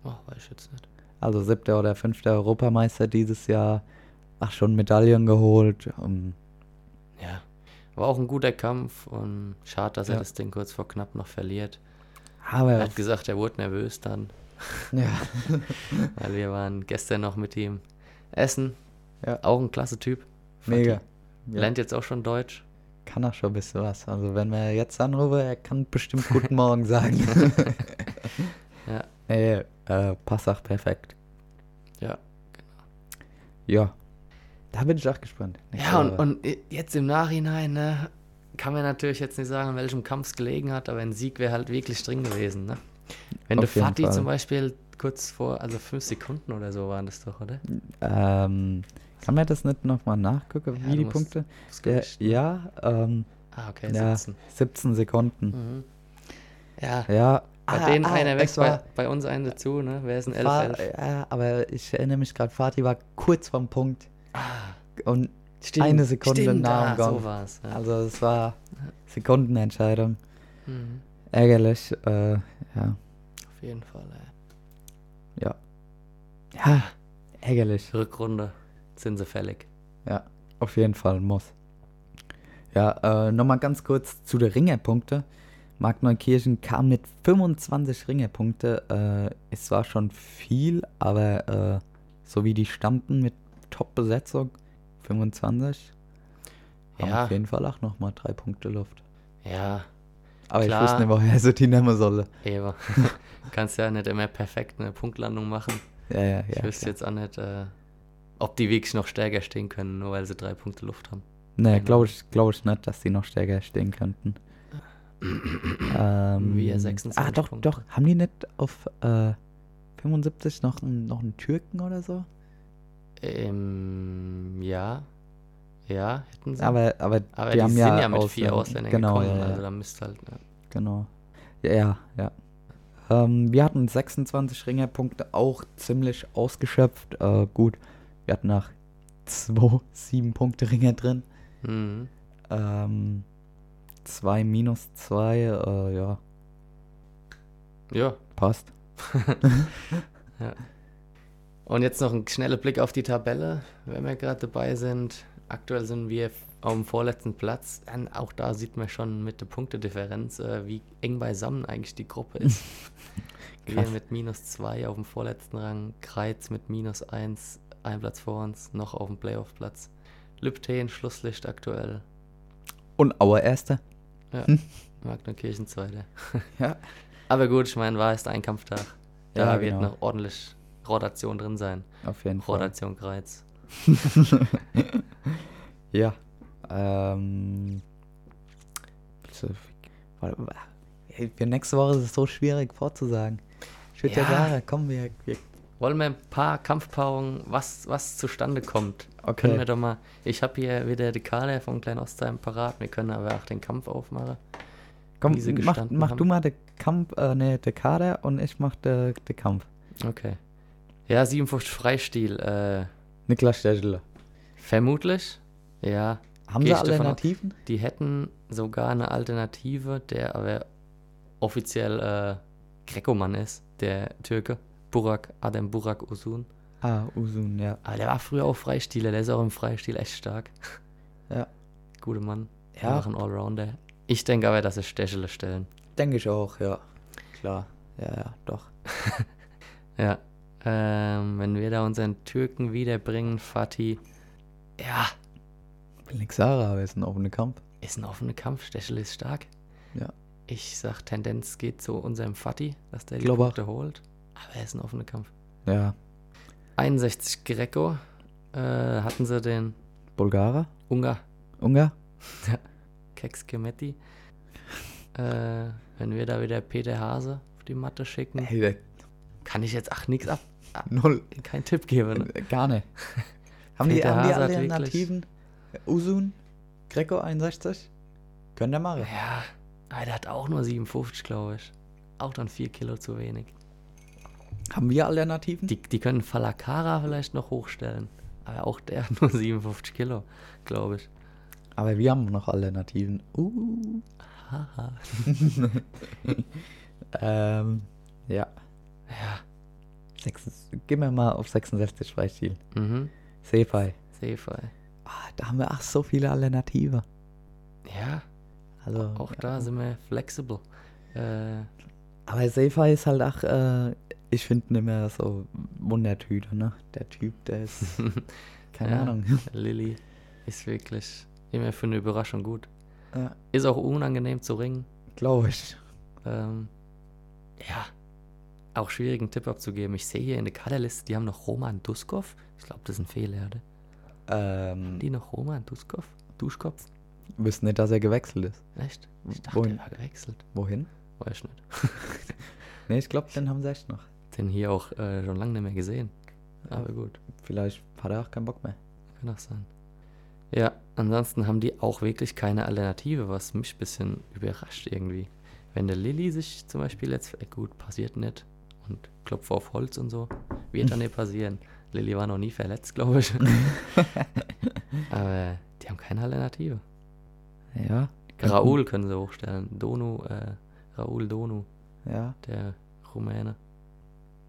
[SPEAKER 1] Oh, weiß ich jetzt nicht.
[SPEAKER 2] Also siebter oder fünfter Europameister dieses Jahr. Ach, schon Medaillen geholt. Ähm,
[SPEAKER 1] Ja. War auch ein guter Kampf und schade, dass
[SPEAKER 2] Ja.
[SPEAKER 1] er das Ding kurz vor knapp noch verliert. Er
[SPEAKER 2] Aber
[SPEAKER 1] hat gesagt, er wurde nervös dann,
[SPEAKER 2] ja,
[SPEAKER 1] weil wir waren gestern noch mit ihm essen.
[SPEAKER 2] Ja.
[SPEAKER 1] Auch ein klasse Typ. Fatih.
[SPEAKER 2] mega. Ja.
[SPEAKER 1] Lernt jetzt auch schon Deutsch.
[SPEAKER 2] Kann er schon ein bisschen was. Also wenn wir jetzt anrufen, er kann bestimmt
[SPEAKER 1] <laughs>
[SPEAKER 2] Guten Morgen sagen.
[SPEAKER 1] Ja.
[SPEAKER 2] <laughs> Nee, äh, passt auch perfekt.
[SPEAKER 1] Ja.
[SPEAKER 2] Ja. Da bin ich auch gespannt.
[SPEAKER 1] Ja, und,
[SPEAKER 2] Woche.
[SPEAKER 1] und jetzt im Nachhinein, ne, kann man natürlich jetzt nicht sagen, in welchem Kampf es gelegen hat, aber ein Sieg wäre halt wirklich drin gewesen, ne? Wenn
[SPEAKER 2] Auf
[SPEAKER 1] du
[SPEAKER 2] jeden
[SPEAKER 1] Fatih
[SPEAKER 2] Fall.
[SPEAKER 1] zum Beispiel kurz vor, also fünf Sekunden oder so waren das doch, oder?
[SPEAKER 2] Ähm, kann man das nicht nochmal nachgucken,
[SPEAKER 1] Ja,
[SPEAKER 2] wie
[SPEAKER 1] du
[SPEAKER 2] die
[SPEAKER 1] musst
[SPEAKER 2] Punkte?
[SPEAKER 1] Das
[SPEAKER 2] Der,
[SPEAKER 1] Gewicht.
[SPEAKER 2] ja, ähm,
[SPEAKER 1] Ah, okay,
[SPEAKER 2] ja,
[SPEAKER 1] 17.
[SPEAKER 2] 17 Sekunden.
[SPEAKER 1] Mhm. Ja,
[SPEAKER 2] Ja.
[SPEAKER 1] bei
[SPEAKER 2] ah,
[SPEAKER 1] denen
[SPEAKER 2] ah,
[SPEAKER 1] einer weg,
[SPEAKER 2] es
[SPEAKER 1] bei,
[SPEAKER 2] war-
[SPEAKER 1] bei uns einer dazu, ne? Wer ist ein 11,
[SPEAKER 2] war-
[SPEAKER 1] 11?
[SPEAKER 2] Ja, aber ich erinnere mich gerade, Fatih war kurz vom Punkt. Und
[SPEAKER 1] Stimmt,
[SPEAKER 2] eine Sekunde
[SPEAKER 1] stimmt,
[SPEAKER 2] nah am
[SPEAKER 1] ah, so
[SPEAKER 2] Gong.
[SPEAKER 1] war's. Ja.
[SPEAKER 2] also es war Sekundenentscheidung.
[SPEAKER 1] Mhm.
[SPEAKER 2] Ärgerlich. Äh, ja.
[SPEAKER 1] Auf jeden Fall, ey.
[SPEAKER 2] Ja. Ja, ärgerlich.
[SPEAKER 1] Rückrunde sind sie fällig.
[SPEAKER 2] Ja, auf jeden Fall muss. Ja, äh, nochmal ganz kurz zu den Ringerpunkte. Mark Neukirchen kam mit 25 Ringerpunkte. Äh, es war schon viel, aber äh, so wie die stammten mit Top-Besetzung, 25, haben
[SPEAKER 1] Ja.
[SPEAKER 2] auf jeden Fall auch nochmal drei Punkte Luft.
[SPEAKER 1] Ja,
[SPEAKER 2] Aber
[SPEAKER 1] Klar.
[SPEAKER 2] ich wusste nicht, woher sie die nehmen solle.
[SPEAKER 1] <laughs> Eber. Kannst ja nicht immer perfekt eine Punktlandung machen.
[SPEAKER 2] Ja, ja, ja.
[SPEAKER 1] Ich wüsste
[SPEAKER 2] klar.
[SPEAKER 1] jetzt auch nicht, äh, ob die wirklich noch stärker stehen können, nur weil sie drei Punkte Luft haben.
[SPEAKER 2] Nee,
[SPEAKER 1] ne?
[SPEAKER 2] glaube ich, glaub ich nicht, dass die noch stärker
[SPEAKER 1] <clears throat>
[SPEAKER 2] stehen könnten. ähm,
[SPEAKER 1] Wir 26
[SPEAKER 2] Ah, doch,
[SPEAKER 1] Punkte.
[SPEAKER 2] doch. Haben die nicht auf äh, 75 noch, einen- noch einen Türken oder so?
[SPEAKER 1] Ähm, ja. Ja, hätten sie.
[SPEAKER 2] Aber, aber,
[SPEAKER 1] Aber
[SPEAKER 2] die,
[SPEAKER 1] die,
[SPEAKER 2] haben
[SPEAKER 1] sind
[SPEAKER 2] ja,
[SPEAKER 1] ja, mit vier Ausländern
[SPEAKER 2] Ausländer- genau,
[SPEAKER 1] gekommen,
[SPEAKER 2] Ja, ja,
[SPEAKER 1] also da müsste halt. Ne.
[SPEAKER 2] genau. Ja, ja. ja. Ähm, wir hatten 26 Ringerpunkte auch ziemlich ausgeschöpft. Äh, gut, wir hatten nach 2, 7 Punkte Ringer drin.
[SPEAKER 1] Mhm.
[SPEAKER 2] Ähm, 2 minus 2, äh, ja,
[SPEAKER 1] Ja.
[SPEAKER 2] passt.
[SPEAKER 1] Und jetzt noch ein schneller Blick auf die Tabelle, wenn wir gerade dabei sind. Aktuell sind wir auf dem vorletzten Platz. Dann auch da sieht man schon mit der Punktedifferenz, äh, wie eng beisammen eigentlich die Gruppe
[SPEAKER 2] <laughs>
[SPEAKER 1] ist. wir
[SPEAKER 2] Krass.
[SPEAKER 1] mit minus 2 auf dem vorletzten Rang, Kreiz mit minus 1, ein Platz vor uns, noch auf dem Playoff-Platz. Lübtheen, Schlusslicht aktuell,
[SPEAKER 2] Und Auer Erster.
[SPEAKER 1] Magnerkirchen zweite. <laughs>
[SPEAKER 2] Ja.
[SPEAKER 1] Aber gut, ich meine, war erst ein Kampftag. Da
[SPEAKER 2] Ja,
[SPEAKER 1] wird
[SPEAKER 2] genau.
[SPEAKER 1] noch ordentlich Rotation drin sein.
[SPEAKER 2] Auf jeden Fall.
[SPEAKER 1] Rotation Kreiz.
[SPEAKER 2] Ja. Ähm, so, warte, wa- Ey, für nächste Woche ist es so schwierig vorzusagen. Ich würde ja.
[SPEAKER 1] Ja.
[SPEAKER 2] sagen, komm, wir, wir
[SPEAKER 1] Wollen wir ein paar Kampfpaarungen, was, was zustande kommt?
[SPEAKER 2] Okay.
[SPEAKER 1] Können wir doch mal. Ich habe hier wieder die Kader von Klein Ostheim parat. Wir können aber auch den Kampf aufmachen.
[SPEAKER 2] komm,
[SPEAKER 1] Wie sie
[SPEAKER 2] mach,
[SPEAKER 1] gestanden
[SPEAKER 2] mach
[SPEAKER 1] haben.
[SPEAKER 2] du mal den Kampf, äh, nee, den Kader und ich mach den den Kampf.
[SPEAKER 1] Okay. Ja, 57 Freistil. Äh,
[SPEAKER 2] Niklas Stechler.
[SPEAKER 1] vermutlich. Ja.
[SPEAKER 2] Haben
[SPEAKER 1] Geh
[SPEAKER 2] sie
[SPEAKER 1] ich davon aus.
[SPEAKER 2] Alternativen?
[SPEAKER 1] Die hätten sogar eine Alternative, der aber offiziell äh, Grekomann ist, der Türke. Burak, Adem Burak Usun.
[SPEAKER 2] Ah, Usun, ja.
[SPEAKER 1] Aber der war früher auch Freistieler, der ist auch im Freistil echt stark.
[SPEAKER 2] Ja.
[SPEAKER 1] Guter Mann.
[SPEAKER 2] Ja.
[SPEAKER 1] Ja. Auch ein Allrounder. Ich denke aber, dass es Stechele stellen.
[SPEAKER 2] Denke ich auch, ja. Klar. Ja, ja, doch.
[SPEAKER 1] Ja. Ähm, wenn wir da unseren Türken wiederbringen, Fatih. Ja,
[SPEAKER 2] Felix Sarah, aber ist ein offener Kampf.
[SPEAKER 1] ist ein offener Kampf. Stechele ist stark.
[SPEAKER 2] Ja.
[SPEAKER 1] Ich sag, Tendenz geht zu unserem Fatih, dass der die
[SPEAKER 2] Glaub auch.
[SPEAKER 1] Punkte holt. Aber er ist ein offener Kampf.
[SPEAKER 2] Ja.
[SPEAKER 1] 61 Greco. Äh, hatten sie den
[SPEAKER 2] Bulgarer?
[SPEAKER 1] Ungar
[SPEAKER 2] Ungar?
[SPEAKER 1] Keks Kemetti. äh, wenn wir da wieder Peter Hase auf die Matte schicken,
[SPEAKER 2] Ey, der-
[SPEAKER 1] kann ich jetzt ach nichts ab,
[SPEAKER 2] null.
[SPEAKER 1] keinen Tipp geben. Ne?
[SPEAKER 2] Äh, Gar
[SPEAKER 1] <laughs>
[SPEAKER 2] nicht. haben, die,
[SPEAKER 1] Peter
[SPEAKER 2] haben die
[SPEAKER 1] Hazard wirklich?
[SPEAKER 2] Alternativen? Usun, Greco 61? Könnt ihr machen.
[SPEAKER 1] Ja, aber der hat auch nur 57, glaube ich. Auch dann 4 Kilo zu wenig.
[SPEAKER 2] Haben wir Alternativen?
[SPEAKER 1] Die, die können Falakara vielleicht noch hochstellen. Aber auch der hat nur 57 Kilo, glaube ich.
[SPEAKER 2] Aber wir haben noch Alternativen.
[SPEAKER 1] <laughs>
[SPEAKER 2] Uh.
[SPEAKER 1] Haha.
[SPEAKER 2] Ähm, ja.
[SPEAKER 1] Ja.
[SPEAKER 2] Sechs, gehen wir mal auf 66 Freistil.
[SPEAKER 1] Mhm.
[SPEAKER 2] Seefei.
[SPEAKER 1] Seefall.
[SPEAKER 2] Ah, da haben wir ach so viele Alternative.
[SPEAKER 1] Ja,
[SPEAKER 2] Also,
[SPEAKER 1] auch da sind wir flexibel. Äh, <laughs>
[SPEAKER 2] Aber Sefa ist halt auch, äh, ich finde ihn immer so Wundertüte, ne? Der Typ, der ist,
[SPEAKER 1] <laughs>
[SPEAKER 2] keine
[SPEAKER 1] Ja.
[SPEAKER 2] Ahnung. <laughs>
[SPEAKER 1] Lilly ist wirklich immer für eine Überraschung gut.
[SPEAKER 2] Ja,
[SPEAKER 1] Ist auch unangenehm zu ringen.
[SPEAKER 2] Glaube ich.
[SPEAKER 1] Ähm, ja, auch schwierigen Tipp abzugeben. Ich sehe hier in der Kaderliste, die haben noch Roman Duskov. Ich glaube, das ist ein Fehler. Oder?
[SPEAKER 2] Ähm,
[SPEAKER 1] Die noch Roman Duskov? Duschkopf?
[SPEAKER 2] wissen nicht, dass er gewechselt ist.
[SPEAKER 1] Echt? Ich dachte,
[SPEAKER 2] Wohin?
[SPEAKER 1] er war gewechselt.
[SPEAKER 2] Wohin?
[SPEAKER 1] Weiß nicht.
[SPEAKER 2] Nee, ich glaube, den haben sie echt noch.
[SPEAKER 1] Den hier auch äh, schon lange nicht mehr gesehen. Aber gut,
[SPEAKER 2] Vielleicht hat er auch keinen Bock mehr.
[SPEAKER 1] kann auch sein. Ja, ansonsten haben die auch wirklich keine Alternative, was mich ein bisschen überrascht irgendwie. Wenn der Lilly sich zum Beispiel jetzt, äh, gut, passiert nicht und klopfe auf Holz und so, wird dann nicht passieren. Lilly war noch nie verletzt, glaube ich. Aber die haben keine Alternative.
[SPEAKER 2] Ja.
[SPEAKER 1] Raoul können sie hochstellen. Donu, äh, Raoul Donu,
[SPEAKER 2] Ja,
[SPEAKER 1] der Rumäne.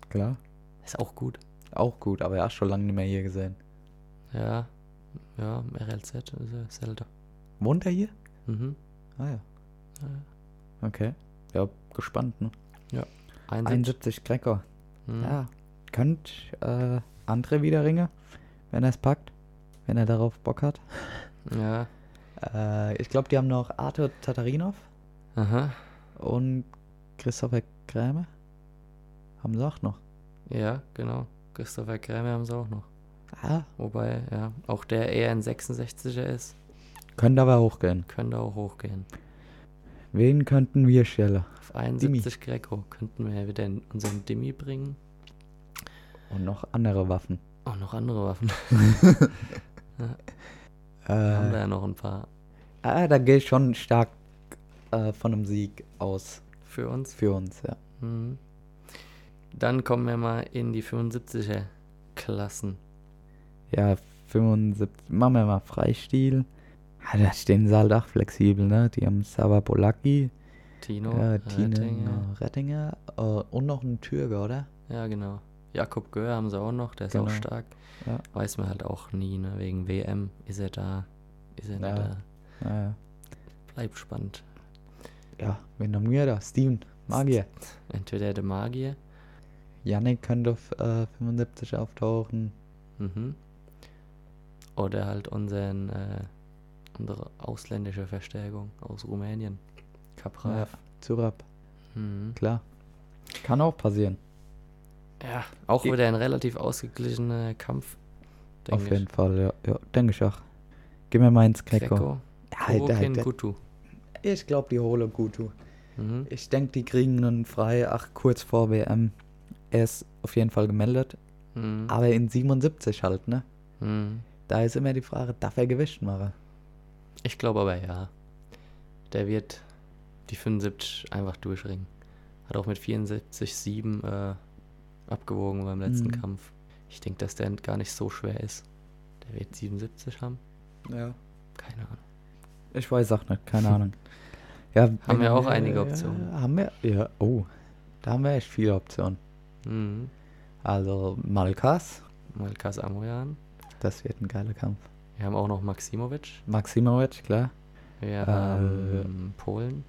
[SPEAKER 2] klar.
[SPEAKER 1] Ist auch gut.
[SPEAKER 2] Auch gut, aber er hat schon lange nicht mehr hier gesehen.
[SPEAKER 1] Ja, ja, RLZ ist ja selten.
[SPEAKER 2] Wohnt er hier?
[SPEAKER 1] also Mhm.
[SPEAKER 2] Ah ja.
[SPEAKER 1] Ja.
[SPEAKER 2] Okay. Ja, gespannt, ne?
[SPEAKER 1] Einsatz.
[SPEAKER 2] 71 Greco.
[SPEAKER 1] Mhm.
[SPEAKER 2] Ja. Könnt äh, andere wieder Ringe, wenn er es packt, wenn er darauf Bock hat.
[SPEAKER 1] Ja.
[SPEAKER 2] Äh, ich glaube, die haben noch Arthur Tatarinov
[SPEAKER 1] Aha.
[SPEAKER 2] und Christopher Krämer. Haben sie auch noch.
[SPEAKER 1] Ja, genau. Christopher Krämer haben sie auch noch.
[SPEAKER 2] Ah,
[SPEAKER 1] Wobei, ja, auch der eher ein 66er ist,
[SPEAKER 2] könnte aber hochgehen.
[SPEAKER 1] könnte auch hochgehen.
[SPEAKER 2] Wen könnten wir stellen?
[SPEAKER 1] Auf 71 Greco könnten wir ja wieder in unseren Dimi bringen.
[SPEAKER 2] Und noch andere Waffen.
[SPEAKER 1] Auch noch andere Waffen. Wir haben da
[SPEAKER 2] Äh,
[SPEAKER 1] ja noch ein paar
[SPEAKER 2] ah, da gehe ich schon stark äh, von einem Sieg aus
[SPEAKER 1] für uns.
[SPEAKER 2] für uns, ja.
[SPEAKER 1] Mhm. Dann kommen wir mal in die 75er Klassen.
[SPEAKER 2] Ja, 75. Machen wir mal Freistil. Ah, da stehen sie halt auch flexibel, ne? Die haben Sava Polaki,
[SPEAKER 1] Tino,
[SPEAKER 2] äh, Tine,
[SPEAKER 1] Oh, Rettinger.
[SPEAKER 2] äh, Rettinger äh, und noch einen Türger, oder?
[SPEAKER 1] Ja, genau. Jakob Göhr haben sie auch noch, der ist auch
[SPEAKER 2] Genau.
[SPEAKER 1] stark.
[SPEAKER 2] Ja.
[SPEAKER 1] Weiß man halt auch nie, ne? Wegen WM ist er da, ist er
[SPEAKER 2] Ja.
[SPEAKER 1] nicht da.
[SPEAKER 2] Ja,
[SPEAKER 1] Bleibt spannend.
[SPEAKER 2] ja, wen haben wir da? Steven, Magier.
[SPEAKER 1] Entweder der Magier,
[SPEAKER 2] Yannick könnte auf äh, 75 auftauchen.
[SPEAKER 1] mhm. oder halt unseren, äh, unsere ausländische Verstärkung aus Rumänien.
[SPEAKER 2] Ja,
[SPEAKER 1] Kaprav.
[SPEAKER 2] Zurab,
[SPEAKER 1] Mhm.
[SPEAKER 2] klar. Kann auch passieren,
[SPEAKER 1] Ja, auch
[SPEAKER 2] Ich-
[SPEAKER 1] wieder ein relativ ausgeglichener Kampf. denk
[SPEAKER 2] auf
[SPEAKER 1] ich.
[SPEAKER 2] jeden Fall, ja. ja denke ich auch. Gib mir mal ins Greco.
[SPEAKER 1] Greco,
[SPEAKER 2] Halt,
[SPEAKER 1] Kurokin,
[SPEAKER 2] halt, halt.
[SPEAKER 1] Gutu.
[SPEAKER 2] Ich glaube, die hole Gutu.
[SPEAKER 1] Mhm.
[SPEAKER 2] Ich denke, die kriegen einen frei, ach, kurz vor WM. Er ist auf jeden Fall gemeldet,
[SPEAKER 1] Mhm.
[SPEAKER 2] aber in 77 halt, ne?
[SPEAKER 1] Mhm.
[SPEAKER 2] Da ist immer die Frage, darf er gewischt machen?
[SPEAKER 1] Ich glaube aber ja. Der wird die 75 einfach durchringen. Hat auch mit 74,7 äh, abgewogen beim letzten
[SPEAKER 2] Mhm.
[SPEAKER 1] Kampf. Ich denke, dass der gar nicht so schwer ist. Der wird 77 haben.
[SPEAKER 2] Ja.
[SPEAKER 1] Keine Ahnung.
[SPEAKER 2] Ich weiß auch nicht,
[SPEAKER 1] <laughs>
[SPEAKER 2] keine Ahnung. Ja, wenn-
[SPEAKER 1] wir auch einige
[SPEAKER 2] äh,
[SPEAKER 1] Optionen.
[SPEAKER 2] Haben wir, ja, oh, da haben wir echt viele Optionen.
[SPEAKER 1] Mhm.
[SPEAKER 2] Also Malkas,
[SPEAKER 1] Malkas Amoyan.
[SPEAKER 2] das wird ein geiler Kampf.
[SPEAKER 1] Wir haben auch noch Maximovic.
[SPEAKER 2] Maximovic, klar.
[SPEAKER 1] Wir
[SPEAKER 2] Äh,
[SPEAKER 1] haben Polen.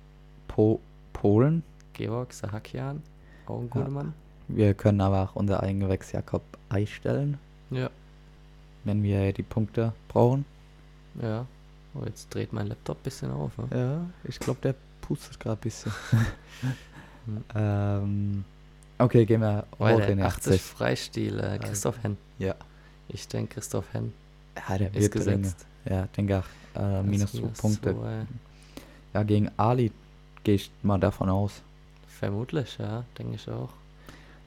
[SPEAKER 2] Po Polen.
[SPEAKER 1] Georg Sahakian. Auch ein guter
[SPEAKER 2] Ja.
[SPEAKER 1] Mann.
[SPEAKER 2] Wir können aber auch unser Eigengewächs Jakob einstellen,
[SPEAKER 1] Ja.
[SPEAKER 2] wenn wir die Punkte brauchen.
[SPEAKER 1] Ja. Oh, jetzt dreht mein Laptop ein bisschen auf. Ne?
[SPEAKER 2] Ja, ich glaube, der pustet gerade ein bisschen.
[SPEAKER 1] Hm.
[SPEAKER 2] <laughs> ähm, okay, gehen wir
[SPEAKER 1] Weil
[SPEAKER 2] hoch
[SPEAKER 1] der
[SPEAKER 2] in die
[SPEAKER 1] 80
[SPEAKER 2] 80.
[SPEAKER 1] Freistil. Äh,
[SPEAKER 2] also
[SPEAKER 1] Christoph Henn.
[SPEAKER 2] Ja.
[SPEAKER 1] Ich denke, Christoph Henn
[SPEAKER 2] Ja, der
[SPEAKER 1] ist
[SPEAKER 2] wird drin.
[SPEAKER 1] gesetzt.
[SPEAKER 2] Ja, denke auch. Äh, minus
[SPEAKER 1] Also
[SPEAKER 2] 2 Punkte.
[SPEAKER 1] zwei.
[SPEAKER 2] Ja, gegen Ali gehe ich mal davon aus.
[SPEAKER 1] Vermutlich, ja, denke ich auch.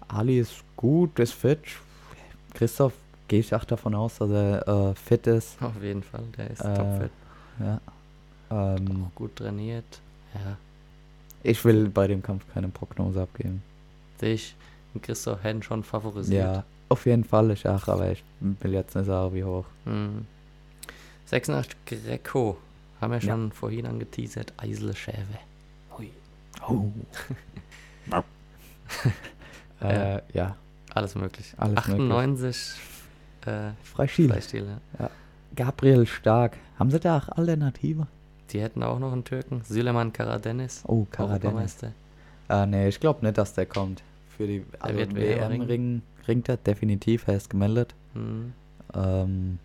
[SPEAKER 2] Ali ist gut, ist fit. Christoph gehe ich auch davon aus, dass er äh, fit ist.
[SPEAKER 1] Auf jeden Fall, der ist
[SPEAKER 2] Äh,
[SPEAKER 1] topfit,
[SPEAKER 2] Ähm,
[SPEAKER 1] gut trainiert. Ja,
[SPEAKER 2] ich will bei dem Kampf keine Prognose abgeben.
[SPEAKER 1] sehe ich Christoph Henn schon favorisiert.
[SPEAKER 2] Ja, auf jeden Fall ich auch, aber ich will jetzt nicht sagen, wie hoch.
[SPEAKER 1] Hm. 86 Greco, haben wir schon vorhin angeteasert, Eisle Schäve. Hui.
[SPEAKER 2] Oh. <laughs> äh, ja,
[SPEAKER 1] Alles möglich.
[SPEAKER 2] Alles möglich.
[SPEAKER 1] 98 äh,
[SPEAKER 2] Freistil.
[SPEAKER 1] Freistile.
[SPEAKER 2] Gabriel Stark. Haben sie da auch Alternative?
[SPEAKER 1] Die hätten auch noch einen Türken, Süleyman Karadenis,
[SPEAKER 2] Oh, Karadenis.
[SPEAKER 1] Europameister.
[SPEAKER 2] Ah, nee, ich glaube nicht, dass der kommt. Für die also
[SPEAKER 1] wird WM
[SPEAKER 2] WM ringen. ringt er definitiv, er ist gemeldet.
[SPEAKER 1] Hm.
[SPEAKER 2] Ähm,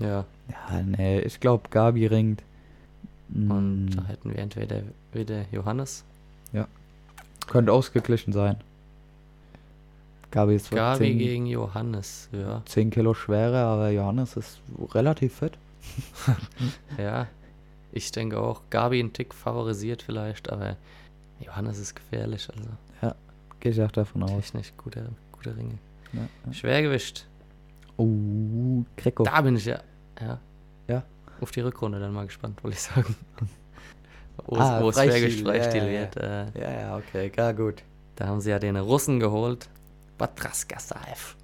[SPEAKER 1] Ja,
[SPEAKER 2] ja, nee, ich glaube, Gabi ringt.
[SPEAKER 1] und
[SPEAKER 2] Mm,
[SPEAKER 1] da hätten wir entweder wieder Johannes,
[SPEAKER 2] Könnte ausgeglichen sein. Gabi ist zwar
[SPEAKER 1] Gabi
[SPEAKER 2] 10,
[SPEAKER 1] gegen Johannes, ja.
[SPEAKER 2] 10 Kilo schwerer, aber Johannes ist relativ fit.
[SPEAKER 1] Ja, ich denke auch, Gabi einen Tick favorisiert vielleicht, aber Johannes ist gefährlich, also
[SPEAKER 2] Gehe ich auch davon aus.
[SPEAKER 1] technisch guter, guter Ringe.
[SPEAKER 2] Ja, ja.
[SPEAKER 1] Schwergewicht,
[SPEAKER 2] Uh, Greco.
[SPEAKER 1] da bin ich ja, ja.
[SPEAKER 2] Ja.
[SPEAKER 1] Auf die Rückrunde dann mal gespannt, wollte ich
[SPEAKER 2] <laughs>
[SPEAKER 1] sagen. Wo
[SPEAKER 2] Ah,
[SPEAKER 1] es- wo es Schwergewicht
[SPEAKER 2] Freistil, ja,
[SPEAKER 1] Freistil
[SPEAKER 2] ja, ja.
[SPEAKER 1] wird, äh,
[SPEAKER 2] Ja, ja, okay, gar gut.
[SPEAKER 1] Da haben sie ja den Russen geholt. Batraskasaev,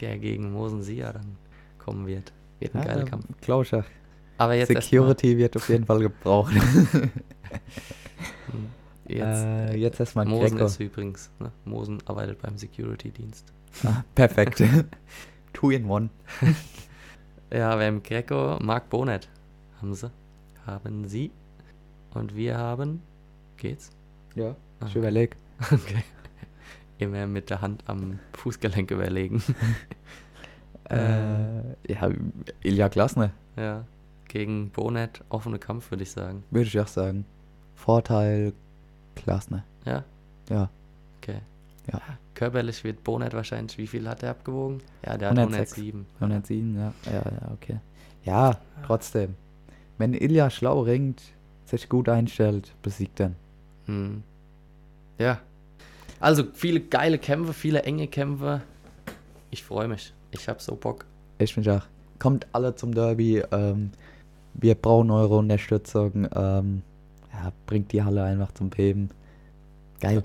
[SPEAKER 1] der gegen Mosensia dann kommen wird. Wird ein
[SPEAKER 2] Ja,
[SPEAKER 1] geiler
[SPEAKER 2] da-
[SPEAKER 1] Kampf.
[SPEAKER 2] glaub ich auch.
[SPEAKER 1] Aber jetzt erst mal-
[SPEAKER 2] Security wird auf jeden Fall gebraucht.
[SPEAKER 1] <laughs> Jetzt,
[SPEAKER 2] äh, jetzt erstmal
[SPEAKER 1] Mosen
[SPEAKER 2] Greco.
[SPEAKER 1] ist übrigens. Ne? Mosen arbeitet beim Security-Dienst.
[SPEAKER 2] Ah, perfekt. <laughs> Two in one.
[SPEAKER 1] Ja, wir haben Greco, Mark Bonet. Haben sie. Haben sie. Und wir haben. Geht's? <laughs>
[SPEAKER 2] Ja,
[SPEAKER 1] Ah.
[SPEAKER 2] ich überleg.
[SPEAKER 1] Okay. Immer mit der Hand am Fußgelenk überlegen. <laughs> Ah.
[SPEAKER 2] Äh, ja, Ilja Glasner,
[SPEAKER 1] ja. Gegen Bonet offene Kampf, würde ich sagen.
[SPEAKER 2] würde ich auch sagen. Vorteil Glasner.
[SPEAKER 1] Ja,
[SPEAKER 2] Ja,
[SPEAKER 1] Okay.
[SPEAKER 2] Ja.
[SPEAKER 1] Körperlich wird Bonet wahrscheinlich, wie viel hat er abgewogen? Ja, der hat
[SPEAKER 2] 106.
[SPEAKER 1] 107.
[SPEAKER 2] 107, ja. Ja, ja, okay. Ja, trotzdem. Wenn Ilja schlau ringt, sich gut einstellt, besiegt er. ihn.
[SPEAKER 1] Hm. Ja. Also viele geile Kämpfe, viele enge Kämpfe. Ich freue mich. Ich habe so Bock.
[SPEAKER 2] Ich mich auch. Kommt alle zum Derby. Ähm, wir brauchen eure Unterstützung. Ähm, ja, bringt die Halle einfach zum Beben. Geil.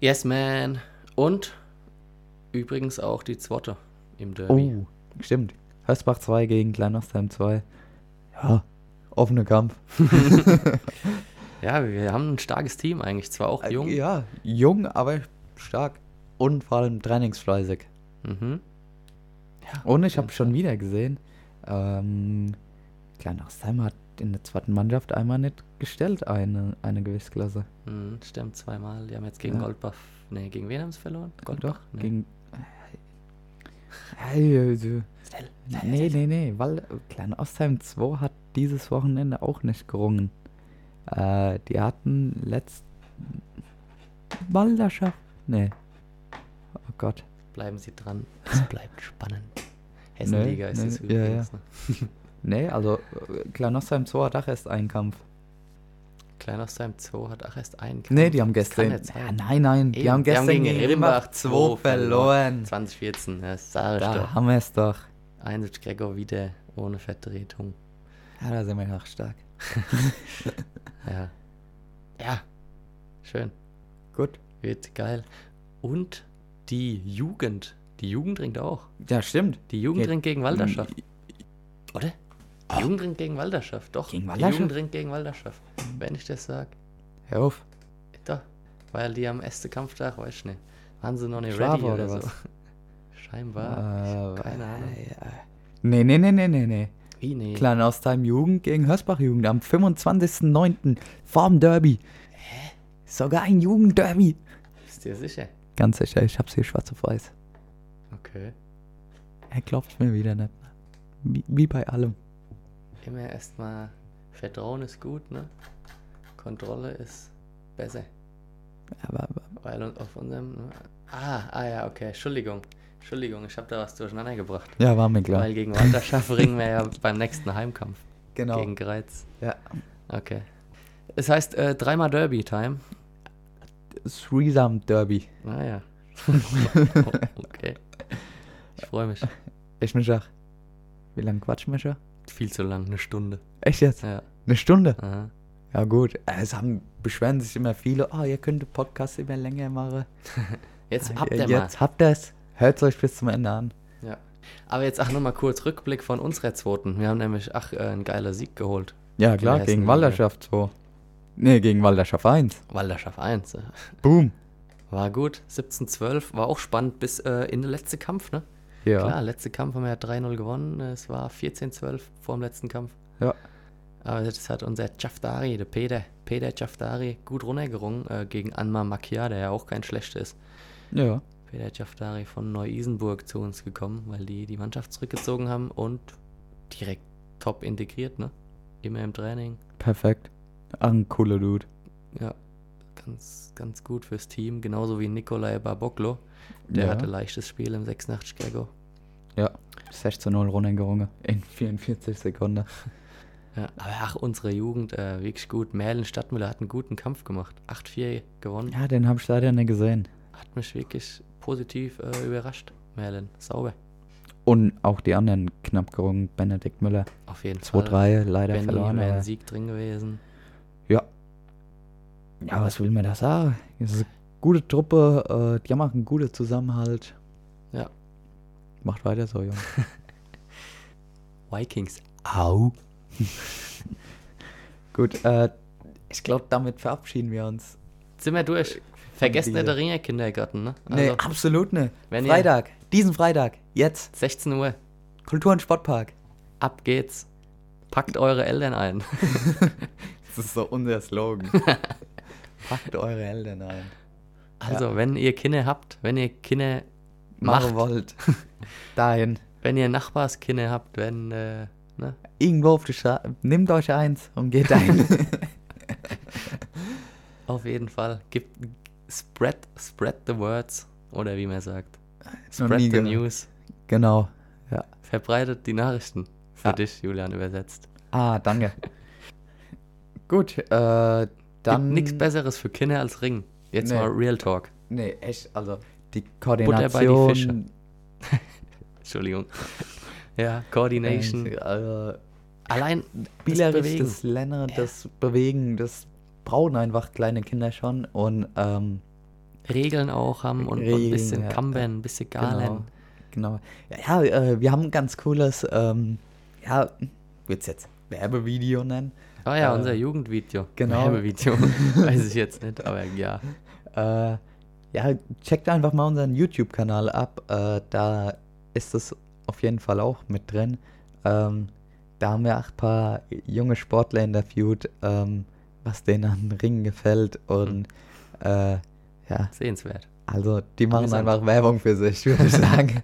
[SPEAKER 1] Yes, man. Und übrigens auch die Zwotte im Derby.
[SPEAKER 2] Oh, stimmt. Hösbach 2 gegen Kleinostheim 2. Ja, offener Kampf.
[SPEAKER 1] Ja, wir haben ein starkes Team eigentlich. Zwar auch jung.
[SPEAKER 2] Äh, Ja, jung, aber stark. Und vor allem trainingsfleißig.
[SPEAKER 1] Mhm.
[SPEAKER 2] Und ich habe schon wieder gesehen, ähm, Kleinostheim hat in der zweiten Mannschaft einmal nicht gestellt, eine, eine Gewichtsklasse.
[SPEAKER 1] Mhm, stimmt, zweimal. Die haben jetzt gegen
[SPEAKER 2] Ja.
[SPEAKER 1] Goldbach. Nee, gegen wen haben sie verloren?
[SPEAKER 2] Doch,
[SPEAKER 1] Goldbach? Nee.
[SPEAKER 2] gegen. Äh, äh,
[SPEAKER 1] Schnell.
[SPEAKER 2] Nee, nee, nee, weil Klein Ostheim 2 hat dieses Wochenende auch nicht gerungen. Äh, die hatten letzt. Balderschaft. Nee. Oh Gott.
[SPEAKER 1] Bleiben Sie dran. Es bleibt spannend. Hessenliga ist
[SPEAKER 2] nee,
[SPEAKER 1] es
[SPEAKER 2] ja,
[SPEAKER 1] übrigens. Ne?
[SPEAKER 2] Nee, also äh, Klein Ostheim 2 hat auch erst einen Kampf.
[SPEAKER 1] Kleinostheim 2 das kann jetzt sein. Ja, nein,
[SPEAKER 2] Nee, die haben gestern. Ja, nein, nein, die haben gestern gegen Rimbach 2 verloren.
[SPEAKER 1] 2014, das sah ich
[SPEAKER 2] Da
[SPEAKER 1] doch.
[SPEAKER 2] haben wir es doch.
[SPEAKER 1] Einsicht Gregor wieder ohne Vertretung.
[SPEAKER 2] Ja, da sind wir noch stark.
[SPEAKER 1] Ja. Ja. Schön.
[SPEAKER 2] Gut.
[SPEAKER 1] Wird geil. Und die Jugend. Die Jugend ringt auch.
[SPEAKER 2] Ja, stimmt.
[SPEAKER 1] Die Jugend
[SPEAKER 2] Ge- Hm.
[SPEAKER 1] ringt gegen Walderschaft. Oder? Die Jugend ringt gegen Walderschaft. Doch.
[SPEAKER 2] Gegen
[SPEAKER 1] Die Jugend
[SPEAKER 2] Walderschaft?
[SPEAKER 1] ringt gegen Walderschaft. Wenn ich das sage.
[SPEAKER 2] Hör auf.
[SPEAKER 1] Doch, weil die am ersten Kampftag, weiß ich nicht, waren sie noch nicht
[SPEAKER 2] Schlafe
[SPEAKER 1] ready oder,
[SPEAKER 2] oder
[SPEAKER 1] so.
[SPEAKER 2] was?
[SPEAKER 1] <laughs> Scheinbar.
[SPEAKER 2] Äh,
[SPEAKER 1] keine Ahnung.
[SPEAKER 2] äh, Nee, nee, nee, nee, nee, nee.
[SPEAKER 1] Wie nee.
[SPEAKER 2] Klein Ostheim Jugend gegen Hörsbach Jugend am 25.09. vorm Derby. Sogar ein Jugendderby.
[SPEAKER 1] Bist dir sicher?
[SPEAKER 2] Ganz sicher, ich hab's hier schwarz auf weiß.
[SPEAKER 1] Okay.
[SPEAKER 2] Er glaubt mir wieder nicht. Wie, wie bei allem.
[SPEAKER 1] Immer erstmal, Vertrauen ist gut, ne? Kontrolle ist besser.
[SPEAKER 2] Aber, aber
[SPEAKER 1] Weil un- auf unserem. Ah, ah ja, okay. Entschuldigung. Entschuldigung, ich habe da was durcheinander gebracht.
[SPEAKER 2] ja, war mir klar.
[SPEAKER 1] Weil gegen Walderschaft ringen wir
[SPEAKER 2] <laughs>
[SPEAKER 1] ja beim nächsten Heimkampf.
[SPEAKER 2] genau.
[SPEAKER 1] Gegen Greiz.
[SPEAKER 2] ja.
[SPEAKER 1] Okay. Es heißt äh, dreimal Derby-Time.
[SPEAKER 2] Threesome <laughs> Derby.
[SPEAKER 1] Naja. Ah Oh, okay. Ich freue mich.
[SPEAKER 2] Ich mich auch. Wie lange quatschen wir schon?
[SPEAKER 1] Viel zu lang, eine Stunde.
[SPEAKER 2] Echt jetzt?
[SPEAKER 1] Ja.
[SPEAKER 2] Eine Stunde?
[SPEAKER 1] Aha.
[SPEAKER 2] Ja gut. Äh, Es haben, beschweren sich immer viele, oh, ihr könnt den Podcast immer länger machen.
[SPEAKER 1] Jetzt habt ihr
[SPEAKER 2] Äh, Jetzt habt ihr's. Hört euch bis zum Ende an.
[SPEAKER 1] mal. Ja. Aber jetzt ach nochmal kurz Rückblick von unserer zweiten. Wir haben nämlich ach äh, einen geiler Sieg geholt.
[SPEAKER 2] Ja, klar,
[SPEAKER 1] Hessen
[SPEAKER 2] gegen
[SPEAKER 1] Liga.
[SPEAKER 2] Walderschaft 2. Nee, gegen Walderschaft 1.
[SPEAKER 1] Walderschaft 1. äh.
[SPEAKER 2] Boom.
[SPEAKER 1] War gut. 17-12 war auch spannend bis äh, in den letzten Kampf, ne?
[SPEAKER 2] Ja.
[SPEAKER 1] Klar, letzte Kampf haben wir ja 3-0 gewonnen. Es war 14-12 vor dem letzten Kampf.
[SPEAKER 2] Ja.
[SPEAKER 1] Aber das hat unser Chaftari, der Peter, Peder Jaftari gut runtergerungen äh, gegen Anmar Makia, der ja auch kein schlechter ist.
[SPEAKER 2] Ja.
[SPEAKER 1] Peter Jaftari von Neu-Isenburg zu uns gekommen, weil die die Mannschaft zurückgezogen haben und direkt top integriert, ne? Immer im Training.
[SPEAKER 2] Perfekt. Ein cooler Dude.
[SPEAKER 1] Ja, ganz, ganz gut fürs Team. Genauso wie Nikolai Baboklo. Der
[SPEAKER 2] Ja.
[SPEAKER 1] hatte leichtes Spiel im 86 Gregor.
[SPEAKER 2] Ja. 16 0 runtergerungen in <laughs> 44 Sekunden.
[SPEAKER 1] Ja, aber ach, unsere Jugend, äh, wirklich gut. Merlin Stadtmüller hat einen guten Kampf gemacht. 8-4 gewonnen.
[SPEAKER 2] Ja, den habe ich leider nicht gesehen.
[SPEAKER 1] Hat mich wirklich positiv äh, überrascht. Merlin, sauber.
[SPEAKER 2] Und auch die anderen knapp gerungen. Benedikt Müller.
[SPEAKER 1] Auf jeden Fall.
[SPEAKER 2] 2-3, leider
[SPEAKER 1] Benny
[SPEAKER 2] verloren.
[SPEAKER 1] wäre ein
[SPEAKER 2] Aber,
[SPEAKER 1] Sieg drin gewesen.
[SPEAKER 2] ja. Ja, was will man da sagen? Es ist eine gute Truppe. Äh, die machen einen guten Zusammenhalt.
[SPEAKER 1] Ja.
[SPEAKER 2] Macht weiter so, Jungs.
[SPEAKER 1] Vikings.
[SPEAKER 2] Au. <laughs> Gut, äh, ich glaube, damit verabschieden wir uns.
[SPEAKER 1] Sind wir durch. Vergesst
[SPEAKER 2] Äh, diese-
[SPEAKER 1] nicht der Ringerkindergarten, ne?
[SPEAKER 2] nee,
[SPEAKER 1] Also,
[SPEAKER 2] absolut ne.
[SPEAKER 1] wenn ihr-
[SPEAKER 2] Freitag, diesen Freitag, jetzt,
[SPEAKER 1] 16 Uhr.
[SPEAKER 2] Kultur- und Sportpark.
[SPEAKER 1] Ab geht's. Packt eure Eltern ein. <laughs>
[SPEAKER 2] Das ist so unser <laughs> Slogan. Packt eure Eltern ein.
[SPEAKER 1] Also, wenn ihr Kinder habt, wenn ihr Kinder macht,
[SPEAKER 2] Machen wollt. Dahin.
[SPEAKER 1] wenn ihr Nachbarskinder habt, wenn, äh, ne?
[SPEAKER 2] Irgendwo auf die Straße. Nehmt euch eins und
[SPEAKER 1] <laughs>
[SPEAKER 2] geht dahin.
[SPEAKER 1] Auf jeden Fall. Gibt, spread, spread the words. Oder wie man sagt.
[SPEAKER 2] Noch
[SPEAKER 1] Spread
[SPEAKER 2] nie
[SPEAKER 1] the
[SPEAKER 2] gehört.
[SPEAKER 1] news.
[SPEAKER 2] Genau. Ja.
[SPEAKER 1] Verbreitet die Nachrichten. Für
[SPEAKER 2] Ja.
[SPEAKER 1] dich, Julian, übersetzt.
[SPEAKER 2] Ah, danke. Gut, äh, dann.
[SPEAKER 1] Gibt nichts Besseres für Kinder als Ring. Jetzt
[SPEAKER 2] Nee.
[SPEAKER 1] mal Real Talk.
[SPEAKER 2] Nee, echt, also. Die
[SPEAKER 1] bei die
[SPEAKER 2] Koordination.
[SPEAKER 1] Fische.
[SPEAKER 2] <laughs>
[SPEAKER 1] Entschuldigung. ja, Coordination.
[SPEAKER 2] Äh, also,
[SPEAKER 1] Allein das
[SPEAKER 2] spielerisch,
[SPEAKER 1] Bewegen.
[SPEAKER 2] das Lernen, das Bewegen, das brauchen einfach kleine Kinder schon. Und ähm,
[SPEAKER 1] Regeln auch haben und, und ein
[SPEAKER 2] Regeln,
[SPEAKER 1] bisschen
[SPEAKER 2] ja.
[SPEAKER 1] Kambern, ein bisschen Galen.
[SPEAKER 2] genau. Ja, ja äh, wir haben ein ganz cooles, ähm, ja, würde es jetzt Werbevideo nennen.
[SPEAKER 1] Ah ja,
[SPEAKER 2] Äh,
[SPEAKER 1] unser Jugendvideo.
[SPEAKER 2] genau.
[SPEAKER 1] Werbevideo. <laughs> Weiß ich jetzt nicht, aber ja.
[SPEAKER 2] Äh, ja, checkt einfach mal unseren YouTube-Kanal ab. Äh, da ist es auf jeden Fall auch mit drin. Ähm, da haben wir auch ein paar junge Sportler interviewt, ähm, was denen an Ringen gefällt.
[SPEAKER 1] Mhm.
[SPEAKER 2] Und äh, ja,
[SPEAKER 1] Sehenswert.
[SPEAKER 2] Also, die machen
[SPEAKER 1] Amüsant.
[SPEAKER 2] einfach Werbung für sich, <laughs> würde ich sagen.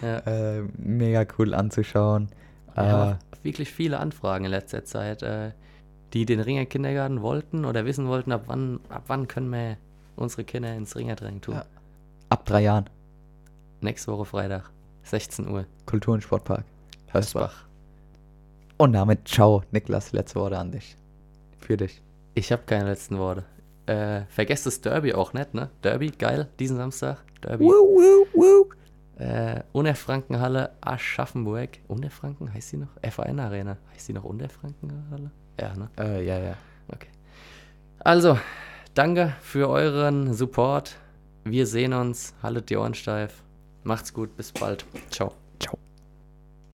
[SPEAKER 1] Ja.
[SPEAKER 2] äh, mega cool anzuschauen.
[SPEAKER 1] Wir haben
[SPEAKER 2] Äh,
[SPEAKER 1] auch wirklich viele Anfragen in letzter Zeit, äh, die den Ringer Kindergarten wollten oder wissen wollten, ab wann, ab wann können wir unsere Kinder ins Ringertraining tun.
[SPEAKER 2] Ja. ab drei Jahren.
[SPEAKER 1] Nächste Woche Freitag, 16 Uhr,
[SPEAKER 2] Kultur- und Sportpark.
[SPEAKER 1] Hösbach.
[SPEAKER 2] Und damit, ciao, Niklas, letzte Worte an dich. Für dich.
[SPEAKER 1] Ich habe keine letzten Worte. Äh, vergesst das Derby auch nicht, ne? Derby, geil, diesen Samstag. Derby.
[SPEAKER 2] woo, woo.
[SPEAKER 1] Äh, Unterfrankenhalle Aschaffenburg. Unterfranken heißt sie noch? F1 Arena. Heißt sie noch Unterfrankenhalle? Ja, ne?
[SPEAKER 2] Äh, ja, ja.
[SPEAKER 1] Okay. Also, danke für euren Support. Wir sehen uns. Haltet die Ohren steif. Macht's gut. Bis bald. Ciao.